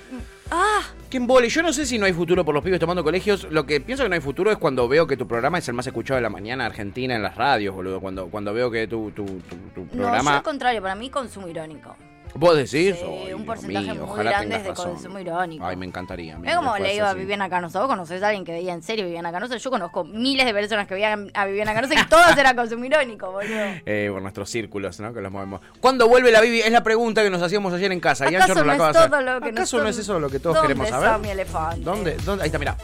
¡Ah!
¡Qué embole! Yo no sé si no hay futuro por los pibes tomando colegios. Lo que pienso que no hay futuro es cuando veo que tu programa es el más escuchado de la mañana argentina en las radios, boludo. Cuando, cuando veo que tu, tu, tu, tu
No, yo
programa.
al contrario, para mí consumo irónico.
¿Vos decís?
Sí,
Ay,
un
Dios
porcentaje
mío,
muy
ojalá
grande es de
tengas razón.
consumo irónico.
Ay, me encantaría.
Es como le digo a Viviana Canosa. Vos conocés a alguien que veía en serio Viviana Canosa. Yo conozco miles de personas que veían a Viviana Canosa y todos eran consumo irónico, boludo.
Eh, por nuestros círculos, ¿no? Que los movemos. ¿Cuándo vuelve la Bibi? Es la pregunta que nos hacíamos ayer en casa. Y Ancho
¿Acaso
nos
no
la
es
acaba de hacer.
todo lo que
¿Acaso
nosotros-
no es eso lo que todos
¿Dónde
queremos
está
saber?
mi elefante?
¿Dónde? ¿Dónde? Ahí está, mirá.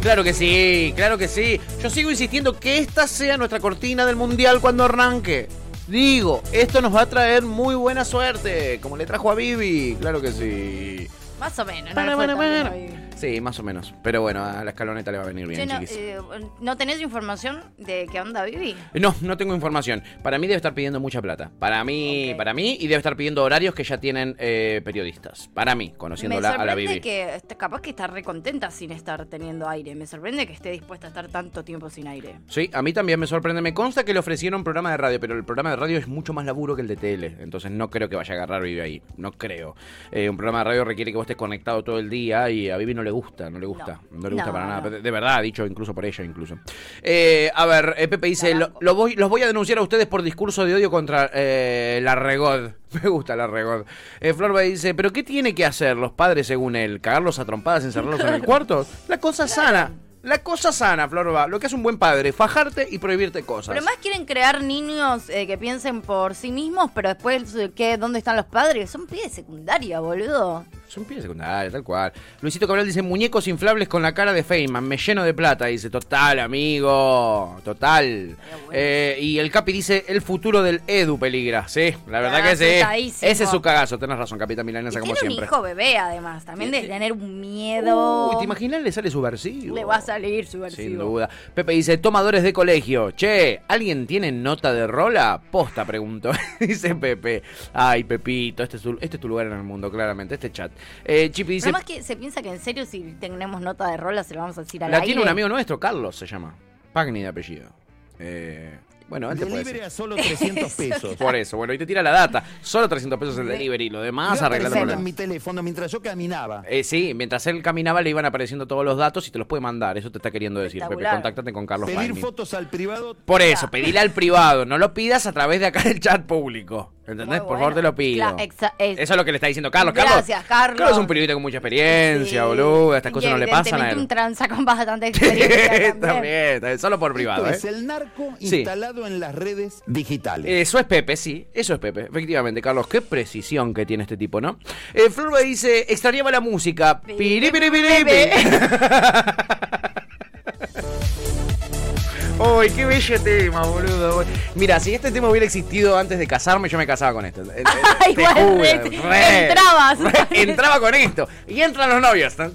Claro que sí, claro que sí. Yo sigo insistiendo que esta sea nuestra cortina del mundial cuando arranque. Digo, esto nos va a traer muy buena suerte, como le trajo a Bibi, claro que sí.
Más o menos.
Para,
no fue
para,
tan
para.
bien hoy.
Sí, más o menos. Pero bueno, a la escaloneta le va a venir bien,
Che, no,
chiquis.
eh, ¿no tenés información de qué onda Vivi?
No, no tengo información. Para mí debe estar pidiendo mucha plata. Para mí,
Ok.
para mí, y debe estar pidiendo horarios que ya tienen eh, periodistas. Para mí,
Me
conociéndola a la
sorprende
Bibi.
que está- capaz que está recontenta sin estar teniendo aire. Me sorprende que esté dispuesta a estar tanto tiempo sin aire.
Sí, a mí también me sorprende. Me consta que le ofrecieron programa de radio, pero el programa de radio es mucho más laburo que el de tele. Entonces no creo que vaya a agarrar Vivi ahí. No creo. Eh, un programa de radio requiere que vos estés conectado todo el día y a Vivi no le gusta, no le gusta. No,
No.
le gusta
No,
para nada.
no.
De, de verdad, dicho incluso por ella, incluso. Eh, a ver, eh, Pepe dice, lo- lo voy- los voy a denunciar a ustedes por discurso de odio contra eh, la Regod. (laughs) Me gusta la Regod. Eh, Florba dice, pero ¿qué tiene que hacer los padres según él? ¿Cagarlos a trompadas, encerrarlos en el cuarto? La cosa sana. La cosa sana, Florba. Lo que hace un buen padre, fajarte y prohibirte cosas.
Pero más quieren crear niños eh, que piensen por sí mismos, pero después, eh, ¿qué, ¿dónde están los padres? Son pibes de secundaria, boludo.
Son pibes secundarios, tal cual. Luisito Cabral dice, muñecos inflables con la cara de Feynman, me lleno de plata. Dice, total, amigo, total. Eh, y el Capi dice, el futuro del Edu peligra. Sí, la verdad que sí.
Asustadísimo.
Ese es su cagazo, tenés razón, Capitán Milanesa,
Y
como
tiene
siempre.
un hijo bebé, además. También de tener un miedo.
Uy, ¿te imaginas? Le sale subversivo.
Le va a salir subversivo.
Sin duda. Pepe dice, tomadores de colegio. Che, ¿alguien tiene nota de rola? Posta, pregunto. (laughs) dice Pepe. Ay, Pepito, este es, tu, este es tu lugar en el mundo, claramente, este chat. Eh, Chipi dice...
Pero más que se piensa que en serio, si tenemos nota de rola, se lo vamos a decir al
La
aire.
tiene un amigo nuestro, Carlos se llama. Pagni de apellido. Eh, bueno, él te puede decir.
solo
(laughs)
300 pesos.
Por eso, bueno, y te tira la data. Solo 300 pesos el delivery, lo demás
Iba
arreglando
apareciendo en
problemas.
mi teléfono mientras yo caminaba.
Eh, sí, mientras él caminaba le iban apareciendo todos los datos y te los puede mandar. Eso te está queriendo decir, Pepe.
Espectacular.
Contáctate con Carlos
Pedir
Pagni.
fotos al privado.
Por eso, pedile al privado. No lo pidas a través de acá del chat público. ¿Entendés?
Muy
Por
bueno.
favor, te lo pido.
Cla- exa- es-
Eso es lo que le está diciendo Carlos.
Gracias, Carlos.
Carlos es un periodista con mucha experiencia, boludo. Estas
Y
cosas no le pasan a (laughs)
evidentemente un
él.
tranza con bastante experiencia también.
También, también, solo por privado,
Esto
¿eh?
Es el narco
Sí.
instalado en las redes digitales.
Eso es Pepe, sí, eso es Pepe, efectivamente, Carlos, qué precisión que tiene este tipo, ¿no? Eh, Florba dice, extrañaba la música. Piri, piri, piri, (laughs) ¡Uy, qué bello tema, boludo! Mira, si este tema hubiera existido antes de casarme, yo me casaba con esto. (laughs) Eh, eh, te
Igual,
juro,
re-
(laughs)
entrabas.
re- entraba con esto. Y entran los novios. ¿Qué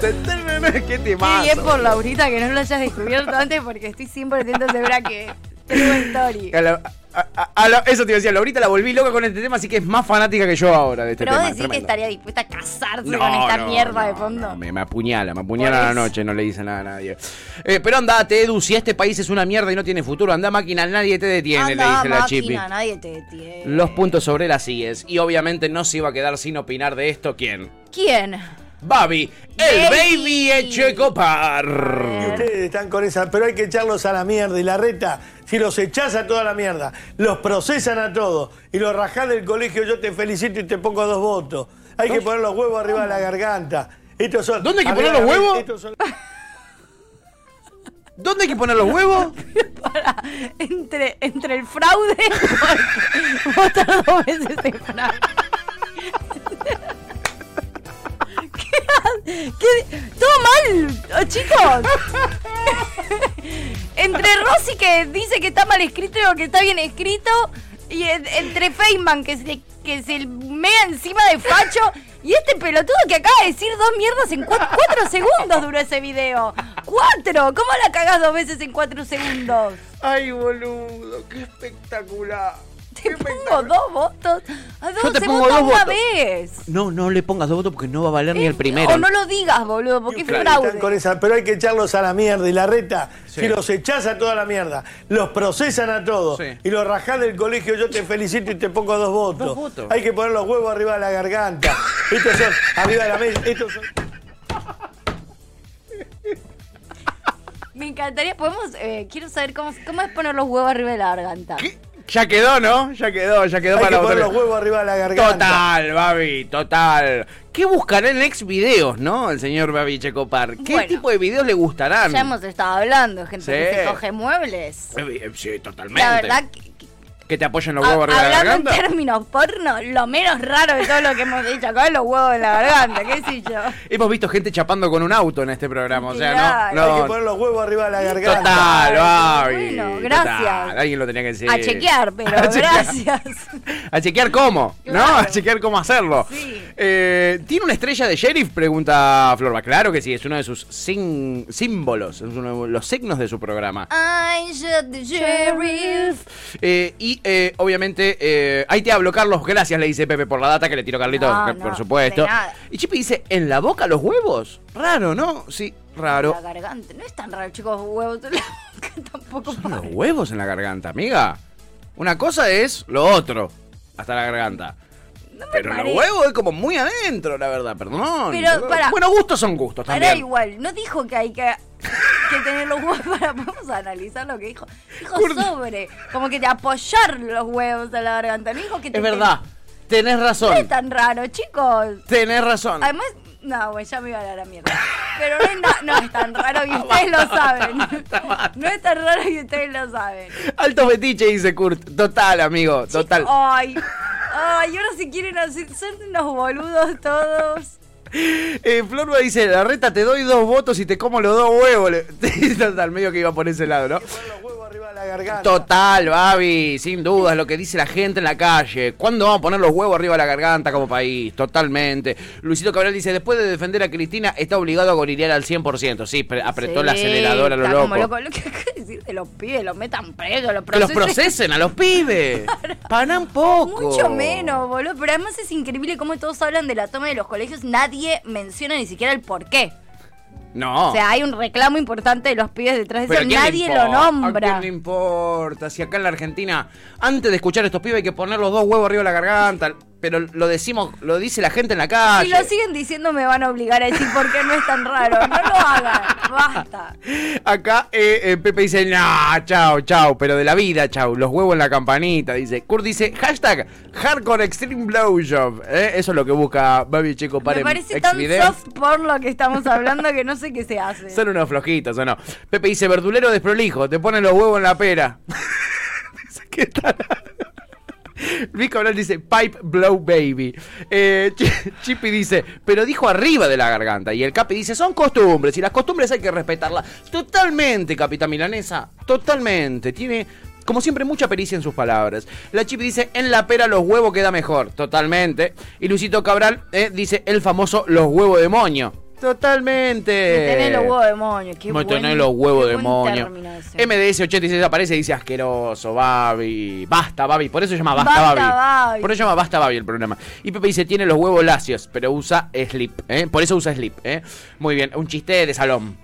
te
Qué bien por Laurita que no lo hayas descubierto antes porque estoy 100% segura que tengo story.
A la- a- a- a la- eso te iba a decir, Laurita la volví loca con este tema, así que es más fanática que yo ahora de este
Pero vos
tema.
decís que
tremendo.
estaría dispuesta a casarse
No,
con esta
no,
mierda de fondo.
Me, me apuñala, me apuñala a la noche, no le dice nada a nadie. Eh, pero andate, Edu, si este país es una mierda y no tiene futuro, anda máquina, nadie te detiene, le
Anda,
dice la chipi.
máquina, nadie te detiene.
Los puntos sobre las IES. Y obviamente no se iba a quedar sin opinar de esto, ¿quién?
¿Quién?
Babi, el baby hecho de
Ah.
Y
copar.
ustedes están con esa, pero hay que echarlos a la mierda. Y la reta, si los echás a toda la mierda, los procesan a todos y los rajás del colegio, yo te felicito y te pongo dos votos. Hay que poner los huevos arriba de la garganta. Estos son,
¿Dónde hay que
arriba
poner los
de la-
huevos?
estos son-
¿Dónde hay que poner los huevos?
Entre, entre el fraude, (laughs) porque votar dos veces en fraude. (laughs) ¿Qué, ha- qué- todo mal, oh, chicos. (laughs) entre Rosy que dice que está mal escrito o que está bien escrito, y en- entre Feynman que se, que se mea encima de Facho, y este pelotudo que acaba de decir dos mierdas en cua- cuatro segundos duró ese video. ¡Cuatro! ¿Cómo la cagás dos veces en cuatro segundos?
Ay, boludo, qué espectacular.
Te pongo dos votos. A dos,
Yo te
se
pongo
vota
dos
una
votos.
vez.
No, no le pongas dos votos porque no va a valer ni el primero.
Eh, O no lo digas, boludo, porque es
Claro,
fraude.
están con esa, pero hay que echarlos a la mierda y la reta, si los echás a toda la mierda, los procesan a todos
Sí.
y los rajás del colegio, yo te felicito y te pongo dos votos.
Dos votos.
Hay que poner los huevos arriba de la garganta. Estos son arriba de la mesa, estos son
Me encantaría. Podemos. eh, quiero saber cómo, cómo es poner los huevos arriba de la garganta.
Ya quedó, ¿no? Ya quedó, ya quedó
Hay
para
que poner
votar.
los huevos arriba de la garganta.
Total, Babi, total. ¿Qué buscará en ex videos, no? El señor Babi Checopar. ¿Qué
Bueno.
tipo de videos le gustarán?
Ya hemos estado hablando, gente que
Sí.
se coge muebles.
Eh, Sí, totalmente.
La verdad, que-
Que te apoyen los
ha-
huevos arriba de la
hablando en
garganta.
términos porno, lo menos raro de todo lo que hemos dicho acá es los huevos de la garganta, qué sé yo.
Hemos visto gente chapando con un auto en este programa, o sea,
Claro.
no.
Hay
no
que poner los huevos arriba de la garganta.
total, Babi.
Bueno,
total.
gracias.
Alguien lo tenía que decir.
A chequear, pero
(laughs) A chequear.
gracias.
(laughs) A chequear cómo, ¿no? A chequear cómo hacerlo. Eh, ¿Tiene una estrella de sheriff? Pregunta Florba. Claro que sí, es uno de sus sin- símbolos, es uno de los signos de su programa.
Ah. I shot the sheriff.
Eh, y eh, obviamente, eh, ahí te hablo, Carlos. Gracias, le dice Pepe por la data que le tiró Carlitos,
No,
que-
Ah, no,
por supuesto.
de nada.
Y Chipi dice: ¿En la boca los huevos? Raro, ¿no? Sí, raro.
La garganta. No es tan raro, chicos, huevos. (laughs) de la boca Tampoco
Los huevos en la garganta, amiga. Una cosa es lo otro, hasta la garganta. Pero los
parece.
huevos es como muy adentro, la verdad, perdón.
Pero, pará.
Bueno, gustos son gustos
Era
también.
igual, no dijo que hay que, que tener los huevos para (laughs) vamos a analizar lo que dijo. Dijo sobre, como que te apoyar los huevos a la garganta. No dijo que te
Es verdad, tenés
No
razón.
es tan raro, chicos.
Tenés razón.
Además, no, güey, ya me iba a dar la mierda. Pero no es, na- no es tan
(laughs)
raro y ustedes lo saben. No es tan raro y ustedes lo saben.
Alto fetiche, dice Kurt. Total, amigo, total.
Ay, ay, ahora se quieren hacer, son unos boludos todos.
Eh, Florba dice, la reta te doy dos votos y te como los dos huevos. (laughs) Le- Total, medio que iba por ese lado, ¿no? Total, Babi, sin duda, es lo que dice la gente en la calle. ¿Cuándo vamos a poner los huevos arriba de la garganta como país? Totalmente. Luisito Cabral dice, después de defender a Cristina, está obligado a gorilear al 100%. Sí, pre- apretó
Sí,
la aceleradora a lo
está
loco.
como Lo (laughs) que hay que decir de los pibes, los metan preso, los
Que los
procesen.
procesen a los
(laughs)
pibes. Para un poco.
Mucho menos, boludo. Pero además es increíble cómo todos hablan de la toma de los colegios. Nadie menciona ni siquiera el por qué.
No.
O sea, hay un reclamo importante de los pibes detrás de
Pero ¿a
eso.
quién le
Nadie
importa?
lo
¿A quién
nombra.
le importa? Si acá en la Argentina, antes de escuchar a estos pibes hay que poner los dos huevos arriba de la garganta. Pero lo decimos, lo dice la gente en la
Si
calle.
lo siguen diciendo me van a obligar a decir por qué no es tan raro. No lo hagan. Basta.
Acá eh, eh, Pepe dice, no, chao, chao, pero de la vida, chao. Los huevos en la campanita, dice. Kurt dice, hashtag hardcore extreme blowjob. ¿eh? Eso es lo que busca Baby Chico para em,
Me
en
parece tan
Xvideos.
soft por lo que estamos hablando que no sé qué se hace.
Son unos flojitos, ¿o no? Pepe dice, verdulero desprolijo, te ponen los huevos en la pera. (laughs) Dice, ¿Qué tal? Luis Cabral dice, pipe blow baby. Eh, Ch- Chippy dice, pero dijo arriba de la garganta. Y el Capi dice, son costumbres, y las costumbres hay que respetarlas. Totalmente, Capitán Milanesa, totalmente. Tiene, como siempre, mucha pericia en sus palabras. La Chippy dice, en la pera los huevos queda mejor. Totalmente. Y Luisito Cabral eh, dice, el famoso los huevos de moño. Totalmente.
Tenés los huevos de moño. Qué
Me
buen-
tenés los huevos
qué
eh, de
buen
moño. Em,
término ese.
MDS86 aparece y dice asqueroso, Babi. Basta, Babi. Por eso se llama Basta,
Basta,
Babi.
Babi.
Por eso se llama Basta, Babi el programa. Y Pepe dice, tiene los huevos lacios, pero usa slip. ¿eh? Por eso usa slip. ¿eh? Muy bien, un chiste de salón.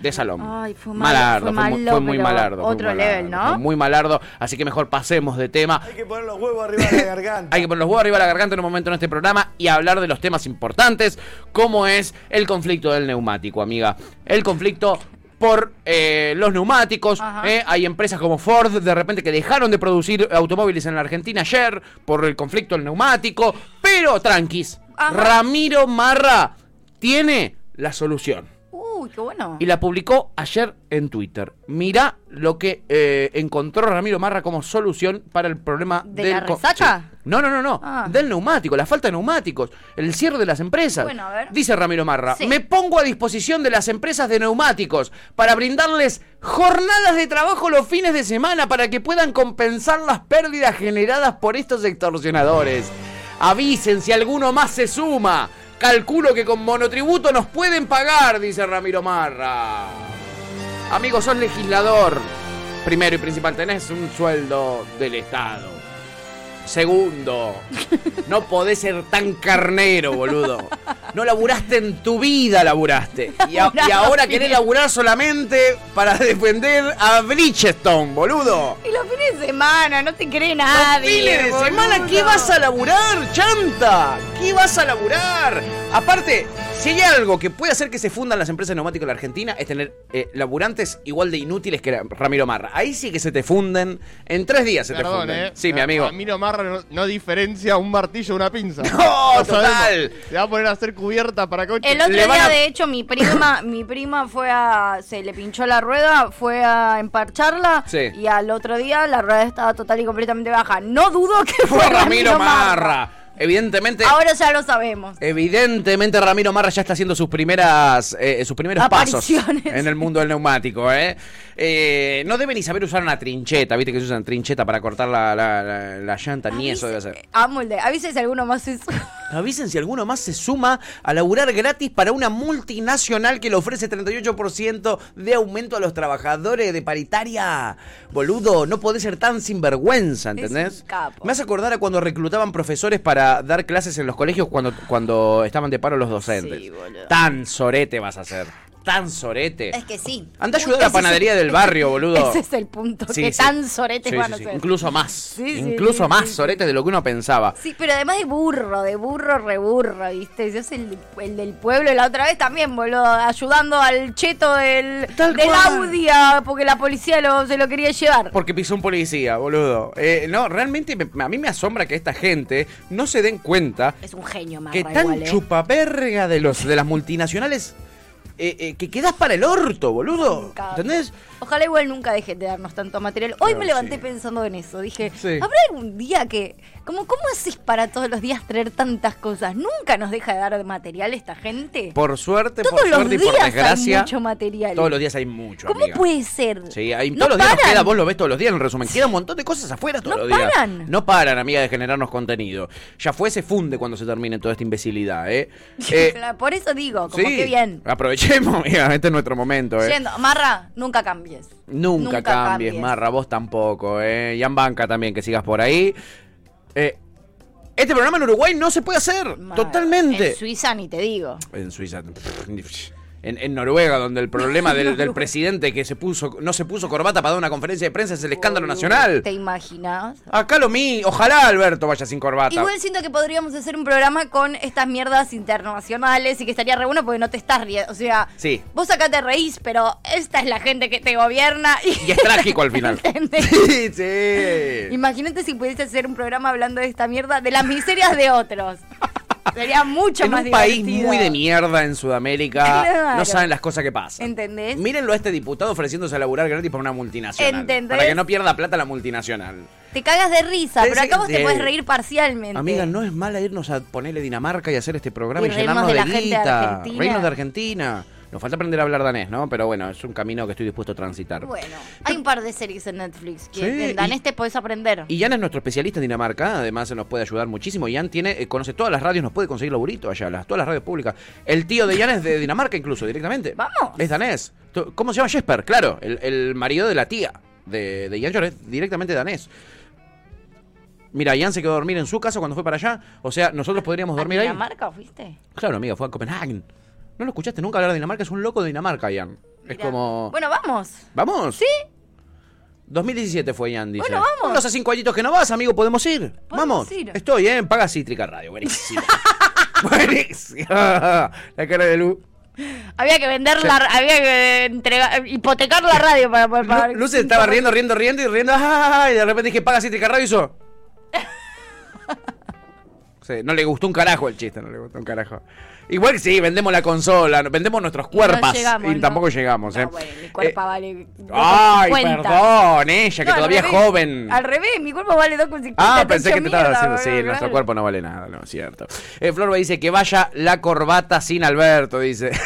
De salón.
Ay, fue mal-
malardo,
fue
fue, muy-
malo,
fue muy
pero
malardo. fue
otro
muy malardo,
level, ¿no?
fue Muy malardo, así que mejor pasemos de tema.
Hay que poner los huevos arriba de la garganta.
Hay que poner los huevos arriba de la garganta en un momento en este programa y hablar de los temas importantes, como es el conflicto del neumático, amiga. El conflicto por eh, los neumáticos. ¿eh? Hay empresas como Ford, de repente, que dejaron de producir automóviles en la Argentina ayer por el conflicto del neumático. Pero, tranquis,
Ajá.
Ramiro Marra tiene la solución.
Uy, qué bueno.
Y la publicó ayer en Twitter. Mirá lo que eh, encontró Ramiro Marra como solución para el problema
¿De
del
la
co-
resaca?
Sí. No, no, no, no.
Ah.
Del neumático, la falta de neumáticos, el cierre de las empresas.
Bueno, a ver.
Dice Ramiro Marra,
Sí.
me pongo a disposición de las empresas de neumáticos para brindarles jornadas de trabajo los fines de semana para que puedan compensar las pérdidas generadas por estos extorsionadores. Avisen si alguno más se suma. Calculo que con monotributo nos pueden pagar, dice Ramiro Marra. Amigo, sos legislador. Primero y principal, tenés un sueldo del Estado. Segundo, no podés ser tan carnero, boludo. No laburaste en tu vida, laburaste. Y, a- y ahora querés laburar solamente para defender a Bridgestone, boludo.
Y los fines de semana, no te cree
Los
nadie.
fines de
boludo.
semana, ¿qué vas a laburar, chanta? ¿Qué vas a laburar? Aparte, si hay algo que puede hacer que se fundan las empresas de neumáticos en la Argentina es tener eh, laburantes igual de inútiles que Ramiro Marra. Ahí sí que se te funden. En tres días se te
Perdón,
funden.
¿eh?
Sí, mi amigo.
Ramiro Marra no, no diferencia un martillo de una pinza.
No,
Lo sabemos.
total.
Se va a poner a hacer cubierta para coche.
El otro día, de hecho,
(coughs)
mi prima, mi prima fue a. se le pinchó la rueda, fue a emparcharla.
Sí.
Y al otro día la rueda estaba total y completamente baja. No dudo que (laughs) fue Ramiro Marra.
Evidentemente.
Ahora ya lo sabemos.
Evidentemente Ramiro Marra ya está haciendo sus primeras eh, sus primeros pasos
Apariciones.
en el mundo del neumático, ¿eh? Eh, No debe ni saber usar una trincheta, viste que se usan trincheta para cortar la, la- la- la llanta, ni eso debe hacer.
Amo el de. Avisen si alguno más es.
Avisen si alguno más se suma a laburar gratis para una multinacional que le ofrece 38% de aumento a los trabajadores de paritaria. Boludo, no podés ser tan sinvergüenza, ¿entendés?
Capo.
Me hace acordar a cuando reclutaban profesores para dar clases en los colegios cuando, cuando estaban de paro los docentes. Tan sorete vas a ser. Tan sorete.
Es que sí.
Anda a ayudar a la
Ese es el-
panadería del barrio, boludo.
(laughs) Ese es el punto.
Sí,
que
sí.
tan soretes
Sí,
van
sí,
a
sí.
ser.
Incluso más.
Sí, sí,
Incluso
sí,
más
sí, sí.
soretes de lo que uno pensaba.
Sí, pero además de burro, de burro, reburro, ¿viste? Yo soy el, el del pueblo la otra vez también, boludo, ayudando al cheto del, del
cual.
Audi a- porque la policía lo- se lo quería llevar.
Porque pisó un policía, boludo. Eh, no, realmente me- a mí me asombra que esta gente no se den cuenta
Es un genio, Marra,
que tan
igual, ¿eh?
chupaperga de, los, de las multinacionales eh, eh, que quedas para el orto, boludo.
Nunca.
¿Entendés?
Ojalá igual nunca deje de darnos tanto material. Hoy
Claro,
me levanté
sí.
pensando en eso. Dije,
Sí.
¿habrá algún día que... ¿cómo, ¿Cómo haces para todos los días traer tantas cosas? ¿Nunca nos deja de dar material esta gente?
Por suerte,
todos
por
los
suerte y
días
por
hay
desgracia.
mucho material.
Todos los días hay mucho.
¿Cómo
amiga.
puede ser?
Sí, hay,
No
todos los días nos
paran.
queda, vos lo ves todos los días en resumen. Queda un montón de cosas afuera todos
No
los días.
paran.
No paran, amiga, de generarnos contenido. Ya fue, se funde cuando se termine toda esta imbecilidad,
(laughs)
¿eh? Eh,
Claro, Por eso digo, como
sí.
que bien.
Aprovechemos, (laughs) amiga, este es nuestro momento, ¿eh?
Yendo, Marra, nunca cambies.
Nunca,
Nunca
cambies,
cambies.
Marra, vos tampoco, ¿eh? Y Banca también, que sigas por ahí. Eh, este programa en Uruguay no se puede hacer, totalmente.
En Suiza ni te digo.
En Suiza. (laughs) En, en Noruega, donde el problema
(laughs)
del, del presidente que se puso no se puso corbata para dar una conferencia de prensa es el escándalo nacional.
¿Te imaginas?
Acá lo mi. Ojalá Alberto vaya sin corbata.
Igual siento que podríamos hacer un programa con estas mierdas internacionales y que estaría re bueno porque no te estás riendo. O sea,
Sí.
vos acá te reís, pero esta es la gente que te gobierna. Y,
Y es trágico al final. (laughs) sí, sí.
(laughs) Imagínate si pudiese hacer un programa hablando de esta mierda, de las miserias de otros. Sería mucho
En
más
un país
divertido.
muy de mierda en Sudamérica,
Claro.
no saben las cosas que pasan.
¿Entendés?
Mírenlo a este diputado ofreciéndose a laburar gratis para una multinacional.
¿Entendés?
Para que no pierda plata la multinacional.
Te cagas de risa,
Sí,
pero
sí,
acá vos te
sí.
puedes reír parcialmente.
Amiga, no es mala irnos a ponerle Dinamarca y hacer este programa
Y
y, llenarnos
reírnos de
de,
la gente de
guita.
Argentina.
Reírnos de Argentina. Nos falta aprender a hablar danés, ¿no? Pero bueno, es un camino que estoy dispuesto a transitar.
Bueno, hay un par de series en Netflix que
Sí,
en danés te podés aprender.
Y Jan es nuestro especialista en Dinamarca, además se nos puede ayudar muchísimo. Jan tiene, eh, conoce todas las radios, nos puede conseguir laburito allá, las, todas las radios públicas. El tío de Jan es de Dinamarca incluso, directamente.
Vamos.
Es danés. Tu- ¿Cómo se llama Jesper? Claro, el, el marido de la tía de, de Jan Jor es directamente danés. Mira, Jan se quedó a dormir en su casa cuando fue para allá. O sea, nosotros podríamos dormir ahí.
Dinamarca fuiste?
Claro, amiga, fue a Copenhague. No lo escuchaste nunca hablar de Dinamarca, es un loco de Dinamarca, Jan. Es
Mirá.
como...
Bueno, vamos.
¿Vamos? Sí. 2017 fue Ian, dice.
Bueno, vamos.
Bueno, hace cinco añitos que no vas, amigo, podemos ir. vamos.
ir.
Estoy, ¿eh? En Paga Cítrica Radio. Buenísimo.
(laughs)
Buenísimo. (laughs) La cara de Lu.
Había que vender
Sí.
la, había que entregar, hipotecar la radio para poder pagar.
Lu, Lu se estaba riendo, riendo, riendo y riendo. ¡Ah! Y de repente dije, Paga Cítrica Radio
(laughs)
hizo. Sí, no le gustó un carajo el chiste, no le gustó un carajo. Igual sí, vendemos la consola, vendemos nuestros
no
cuerpos. Y,
llegamos, ¿no?
tampoco llegamos, ¿eh?
Mi cuerpo vale.
Ay,
2,50.
perdón, ella, que
No, al
todavía es
revés.
joven.
Al revés, mi cuerpo vale 2,50.
Ah, pensé
Atención,
que te estabas
mierda,
haciendo.
boludo,
Sí,
claro.
nuestro cuerpo no vale nada, no es cierto. Eh, Florba dice que vaya la corbata sin Alberto, dice. (laughs)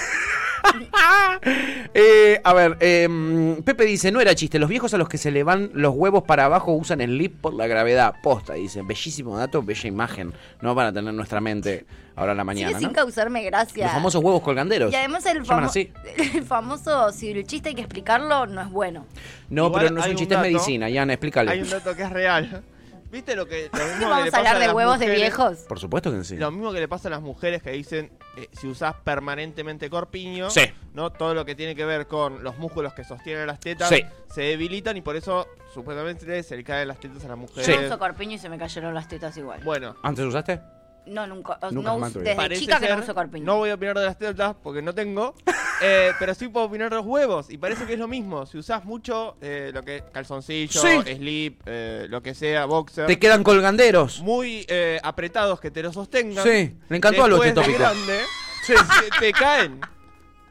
Eh, a ver, em, Pepe dice, no era chiste, los viejos a los que se le van los huevos para abajo usan el lip por la gravedad. Posta, dice, bellísimo dato, bella imagen. No van a tener nuestra mente ahora en la
Sigue
mañana,
sin
¿no?
causarme gracia.
Los famosos huevos colganderos.
Y además el,
¿Se llaman
famo-
así?
(laughs) el famoso, si el chiste hay que explicarlo, no es bueno.
No,
Igual
pero no es
hay
un
un
chiste, es
dato.
medicina. Jan, explícale.
Hay un dato que es real. ¿Viste lo que.? Lo mismo que
Vamos
le
a
pasa
hablar de
las
huevos de
mujeres-
viejos.
Por supuesto que sí.
Lo mismo que le pasa a las mujeres que dicen eh, si usás permanentemente corpiño,
Sí.
¿no? Todo lo que tiene que ver con los músculos que sostienen las tetas
Sí.
se debilitan y por eso supuestamente se le caen las tetas a las mujeres.
Yo uso corpiño y se me cayeron las tetas igual.
Bueno.
¿Antes usaste?
No, nunca. o-
Nunca
no
jamás
uso-
tuve.
desde
Parece
Eh, chica que no
ser-
uso corpiño.
No voy a opinar de las tetas porque no tengo, (laughs) eh, pero sí puedo opinar de los huevos y parece que es lo mismo. Si usás mucho eh, lo que calzoncillo,
Sí.
slip, eh, lo que sea, boxer.
Te quedan colganderos.
Muy eh, apretados que te lo sostengan.
Sí, le encantó este a los
después de
tópicos.
grande, se-
(laughs)
te caen.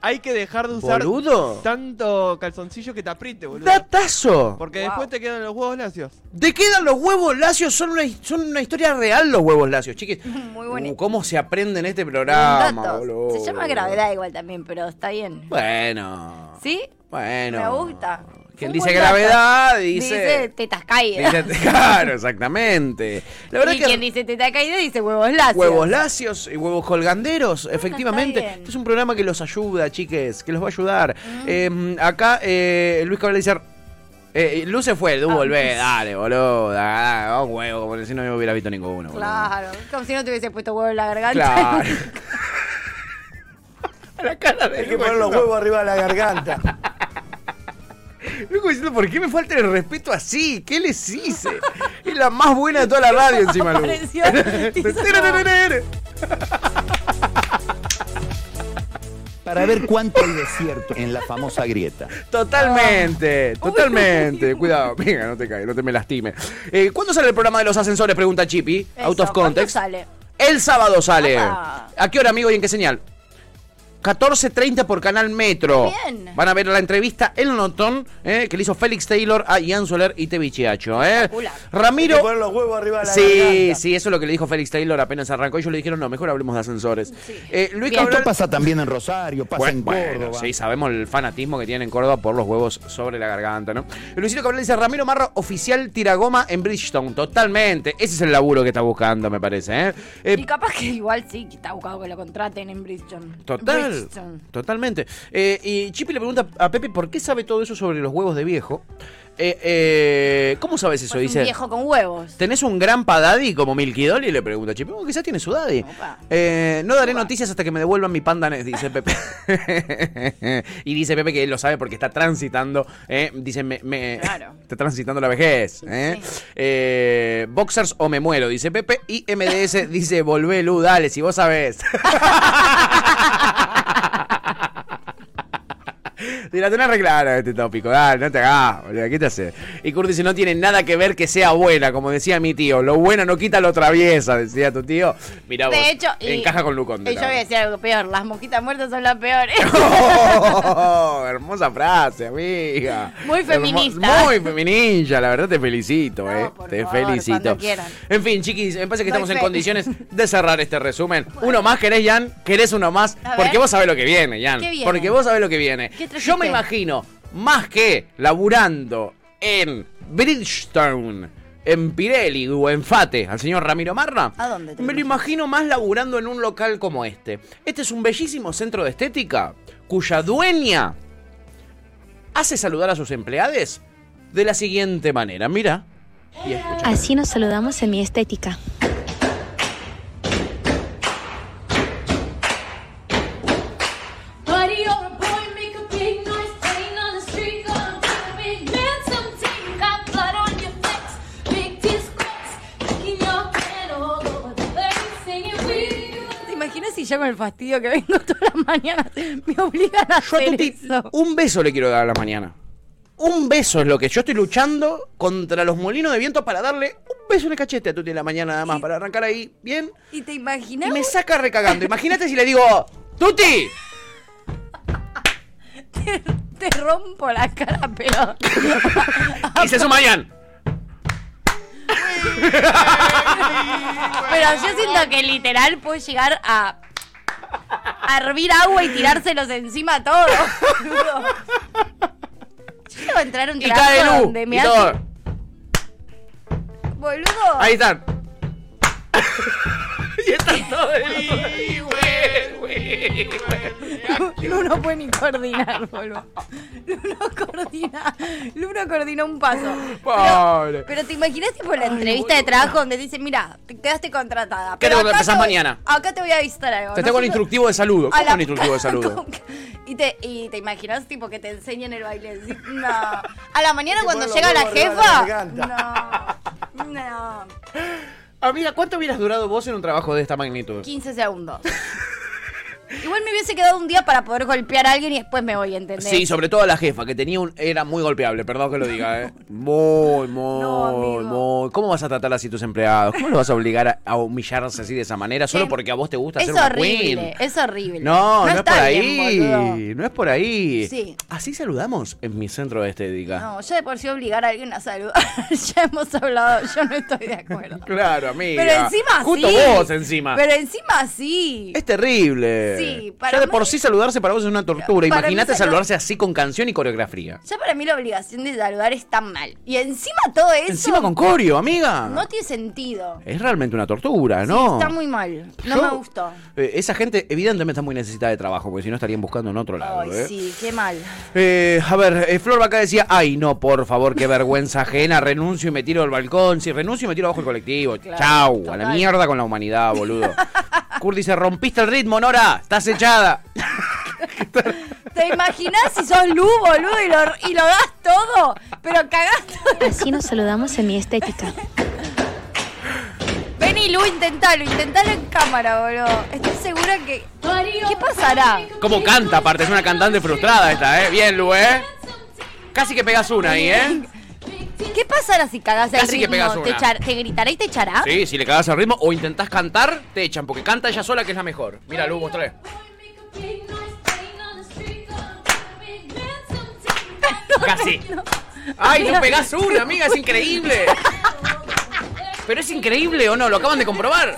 Hay que dejar de usar
Boludo.
tanto calzoncillo que te apriete, boludo.
¡Datazo!
Porque después te quedan los huevos lacios.
¿De qué dan los huevos lacios? Son una, son una historia real los huevos lacios, chiquis.
(laughs) Muy bueno.
Uh, ¿Cómo se aprende en este programa,
Datos.
boludo?
Se llama gravedad igual también, pero está bien.
Bueno,
¿Sí?
bueno.
Me gusta.
Quien
Un
dice
buen dato.
gravedad, dice...
Dice tetas caídas.
dice- (laughs) claro, exactamente. La verdad
y
que
quien dice tetas caídas dice huevos lacios.
huevos lacios y huevos colganderos, efectivamente.
Ah, bien. Ah.
Este es un programa que los ayuda, chiques, que los va a ayudar. Eh, acá eh, Luis Cabral dice... Eh, Luz se fue,
Ah,
tú volvés, dale, boludo, dale, un huevo, como si no me hubiera visto ninguno. boludo.
Claro. Como si no te hubiese puesto huevo en la garganta. (laughs)
Claro.
Hay que poner los huevos arriba de la garganta.
Luego diciendo, ¿por qué me falta el respeto así? ¿Qué les hice? Es la más buena de toda la radio encima, Lu. (laughs)
Apareció,
Para ver cuánto hay desierto en la famosa grieta.
Totalmente,
Ah.
totalmente. Cuidado, (laughs) venga, no te caigas, no te me lastime. Eh, ¿Cuándo sale el programa de los ascensores? Pregunta Chippy.
Eso,
Out of
¿cuándo
context.
sale?
El sábado sale.
Ah.
¿A qué hora, amigo, y en qué señal? 14.30 por Canal Metro.
Bien.
Van a ver la entrevista El Notón eh, que le hizo Félix Taylor a Ian Soler y Tevichiacho. Eh. Ramiro.
Hay que poner los huevos arriba de la
Sí,
garganta.
sí, eso es lo que le dijo Félix Taylor apenas arrancó. Ellos le dijeron, no, mejor hablemos de ascensores. Eh, Luis
Esto
Cabral-
pasa también en Rosario, pasa en
bueno,
Córdoba.
sí, sabemos el fanatismo que tiene en Córdoba por los huevos sobre la garganta, ¿no? Luisito Cabral dice, Ramiro Marro, oficial tiragoma en Bridgestone. Totalmente. Ese es el laburo que está buscando, me parece, ¿eh? Eh,
Y capaz que igual sí, que está buscado que lo contraten en Bridgestone.
Total,
Bridgestone.
totalmente. Eh, y Chipi le pregunta a Pepe por qué sabe todo eso sobre los huevos de viejo. Eh, eh, ¿Cómo sabes eso?
Es Pues un
Dice.
viejo con huevos.
¿Tenés un gran padaddy como Milky Dolly? Le pregunta Chipi. "Oh, quizás tiene su daddy. Eh, no daré noticias hasta que me devuelvan mi pandanés, dice Pepe. y dice Pepe que él lo sabe porque está transitando. eh, dice, me, me- está transitando la vejez. eh. Eh, boxers o me muero, dice Pepe. Y MDS dice, volvé, Lu, dale, si vos sabés. Te la tenés re clara este tópico, dale, no te hagas, boludo, ¿qué te hace? Y Kurt dice, no tiene nada que ver que sea buena, como decía mi tío. Lo bueno no quita lo traviesa, decía tu tío. Mirá vos,
De hecho, y-
encaja con Luconde.
Y yo
la
voy a decir algo peor, las mosquitas muertas son las peores.
(laughs)
(laughs)
Oh, hermosa frase, amiga.
Muy
Hermo-
feminista.
Muy feminilla, la verdad te felicito, eh. Te
favor,
felicito.
cuando quieran.
En fin, chiquis, me parece que
Doy
estamos en
fe.
condiciones de cerrar este resumen. Uno más querés, Jan, querés uno más,
A
porque
ver.
vos sabés lo que viene, Jan.
¿Qué viene?
Porque vos sabés lo que viene.
¿Qué trajiste?
Yo me imagino, más que laburando en Bridgestone, en Pirelli o en Fate, al señor Ramiro Marra.
¿A dónde te
Me lo imagino más laburando en un local como este. Este es un bellísimo centro de estética cuya dueña hace saludar a sus empleados de la siguiente manera. Mira. Y escucha.
Así nos saludamos en mi estética.
Buddy, you're a boy, make a big noise, playing on the street, gonna be a big man someday. You got blood on your face, big disgrace, kicking your can all over the place, singing we.
¿Te imaginas si ya con el fastidio que vengo (laughs) todas las mañanas me obligan a hacer eso?
Un beso le quiero dar a la mañana. Un beso es lo que yo estoy luchando contra los molinos de viento para darle un beso en el cachete a Tuti en la mañana nada más, para arrancar ahí bien.
¿Y te imaginas?
Y me saca recagando. Imagínate si le digo, Tuti,
Te rompo la cara, pero...
y se suma Ian.
Pero yo siento que literal puede llegar a... A hervir agua y tirárselos encima a todos.
(laughs)
boludo. Yo debo entrar a un
Y cae
trabajo
Lu.
donde me
Y
hacen-
todo.
Boludo.
Ahí están.
(laughs) Lu no puede ni coordinar, boludo. Lu no coordina. Lu no coordina un paso.
Pobre.
Pero te imaginas tipo la entrevista de trabajo donde te dicen, mira, te quedaste contratada.
¿Qué
pero
tengo que
acá
empezar
te voy-
mañana?
Acá te voy a visitar algo.
Te tengo el
Nosotros-
instructivo de saludo.
A
¿Cómo
la
un instructivo
(laughs)
de saludo?
Y te, y te imaginas tipo que te enseñen el baile. No. A la mañana
Hay que
cuando
poner
llega
los
la
huevos arriba de la
jefa.
garganta.
no, no.
Amiga, ¿cuánto hubieras durado vos en un trabajo de esta magnitud?
15 segundos. Igual me hubiese quedado un día para poder golpear a alguien y después me voy, ¿entendés?
Sí, sobre todo a la jefa, que tenía un. Era muy golpeable, perdón que lo diga, ¿eh? Muy, muy, muy. ¿Cómo vas a tratar así tus empleados? ¿Cómo los vas a obligar a, a humillarse así de esa manera solo porque a vos te gusta
Em,
ser
Es
una
horrible,
queen?
es horrible.
No, no, es por
está
ahí.
bien, boludo.
no es por ahí.
Sí.
Así saludamos en mi centro de estética.
No, ya de por sí obligar a alguien a saludar. (laughs) ya hemos hablado, yo no estoy de acuerdo.
Claro, amiga.
Pero encima
Justo
sí.
vos encima.
Pero encima sí.
Es terrible.
Sí, para
ya de
mí-
por sí saludarse para vos es una tortura.
Para mí
Imagínate
saludar-
saludarse así con canción y coreografía.
Ya para mí la obligación de saludar está mal. Y encima todo eso.
Encima con coreo, amiga.
No tiene sentido.
Es realmente una tortura, ¿no?
Está muy mal. No
Yo-
me gustó.
Eh, esa gente evidentemente está muy necesitada de trabajo, porque si no estarían buscando en otro lado.
Ay,
¿eh?
sí, qué mal.
Eh, a ver, eh, Flor Vaca decía, ay no, por favor, qué vergüenza ajena, renuncio y me tiro al balcón, si renuncio y me tiro abajo el colectivo,
Claro,
chau, a la
total.
mierda con la humanidad,
(laughs)
boludo. Kurt dice, rompiste el ritmo, Nora, estás echada.
¿Te imaginas si sos Lu, boludo, y lo, y lo das todo? Pero cagás todo.
Así nos saludamos en mi estética.
Vení, Lu, intentalo, intentalo en cámara, boludo. Estoy segura que. ¿Qué pasará?
¿Cómo canta aparte? Es una cantante frustrada esta, ¿eh? Bien, Lu, ¿eh? Casi que pegas una ahí, ¿eh?
¿Qué pasará si cagás el
Casi que
ritmo?
pegas
¿Te,
una.
echar- ¿Te gritará y te echará?
Sí, si le cagas el ritmo o intentás cantar, te echan, porque canta ella sola que es la mejor. Mira, Lu, mostré. Casi. Ay, no pegás una, amiga, es increíble. Pero es increíble o no, lo acaban de comprobar.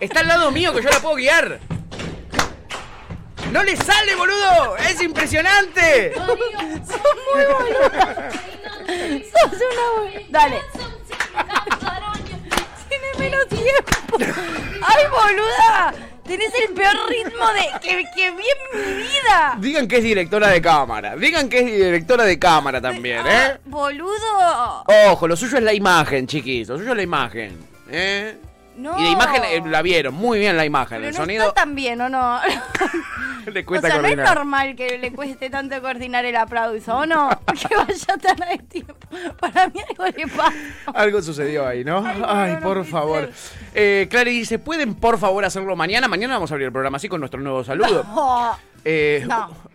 Está al lado mío que yo la puedo guiar. No le sale, boludo. Es impresionante.
¡Sos muy boludo! (laughs) ¡Sos una bol- Dale. Tiene menos tiempo. ¡Ay, boluda! Tenés el peor ritmo de que, que vi en mi vida.
Digan que es directora de cámara. Digan que es directora de cámara también, ¿eh?
Ah, Boludo.
Ojo, lo suyo es la imagen, chiquis. Lo suyo es la imagen. ¿Eh?
No.
Y la imagen eh, la vieron, muy bien la imagen.
Pero
el
no
sonido
está tan bien, ¿o no?
le
O
cuesta
sea, no es
coordinar.
normal que le cueste tanto coordinar el aplauso, ¿o
(laughs)
no? Que vaya tan a tiempo. Para mí algo le pasa.
(laughs) Algo sucedió ahí, ¿no? Ay, por favor. (laughs)
Oh,
Eh, Clary dice, ¿pueden por favor hacerlo mañana? Mañana vamos a abrir el programa así con nuestro nuevo saludo. Eh,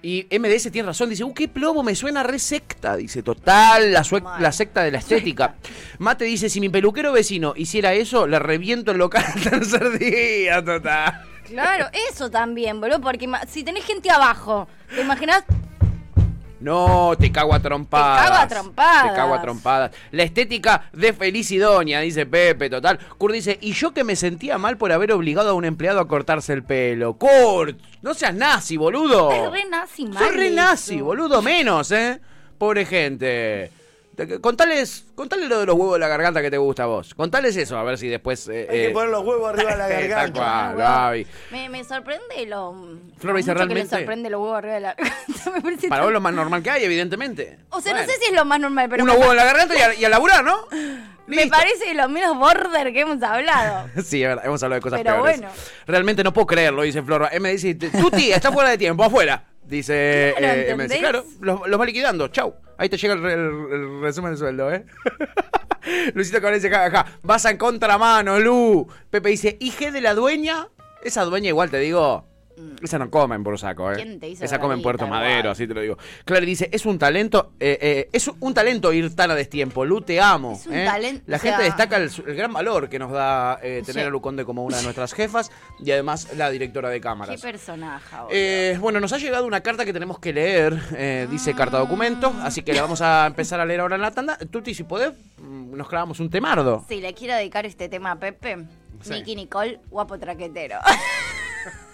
Y MDS tiene razón, dice, uh, qué plomo, me suena re secta, dice, total, la, sue- la secta de la estética. Mate dice, si mi peluquero vecino hiciera eso, le reviento el local al tercer día, total.
Claro, eso también, boludo, porque ima- si tenés gente abajo, ¿te imaginás?
No, te cago a trompadas.
Te cago a trompadas.
Te cago a trompadas. La estética de Felicidonia, dice Pepe, total. Kurt dice, y yo que me sentía mal por haber obligado a un empleado a cortarse el pelo. Kurt, no seas nazi, boludo.
Es re nazi, mal
Sos re
eso.
nazi, boludo, menos, ¿eh? Pobre gente. Te- Contales, contales lo de los huevos de la garganta que te gusta a vos. Contales eso, a ver si después... eh,
Hay que
eh,
poner los huevos arriba de
(laughs)
la
tal
garganta.
Ah,
cual,
Huevos.
Gaby.
Me, me sorprende lo.
Flor dice,
lo mucho Que le
realmente-
sorprende los huevos arriba de la. (laughs) Me parece
Para vos
tan-
lo más normal que hay, evidentemente.
O sea,
Bueno.
no sé si es lo más normal, pero.
Uno
me-
huevo en la garganta y a, y a laburar, ¿no?
Me parece lo menos border que
(laughs)
hemos hablado.
Sí, es verdad, hemos hablado de cosas
Pero
peores.
bueno.
Realmente no puedo creerlo, dice Flor. M dice, Tuti, está fuera de tiempo, afuera. Dice
(laughs) Claro,
eh, M. Dice,
¿entendés?
Claro, los, los va liquidando, chau. Ahí te llega el, re- el- el resumen del sueldo, ¿eh? (laughs) Luisito Cabrera dice, jajaja, vas a contramano, Lu. Pepe dice, IG de la dueña. Esa dueña igual te digo, esa no come en Bursaco, ¿eh?
Mm. ¿Quién te hizo
esa come en
granita,
Puerto Madero, así te lo digo. Claro, dice, es un talento, eh, eh, es un talento ir tan a destiempo, Lu, te amo.
Es un
¿eh?
talento,
La
o
gente
sea-
destaca el, su- el gran valor que nos da eh, tener
Sí.
a Lu Conde como una de nuestras jefas y además la directora de
Qué
cámaras.
personaje, boludo.
Eh, bueno, nos ha llegado una carta que tenemos que leer, eh, dice carta documento, así que la vamos a empezar a leer ahora en la tanda. Tuti, si podés, mm, nos clavamos un temardo.
Sí, le quiero dedicar este tema a Pepe. Nicky Nicole, guapo traquetero.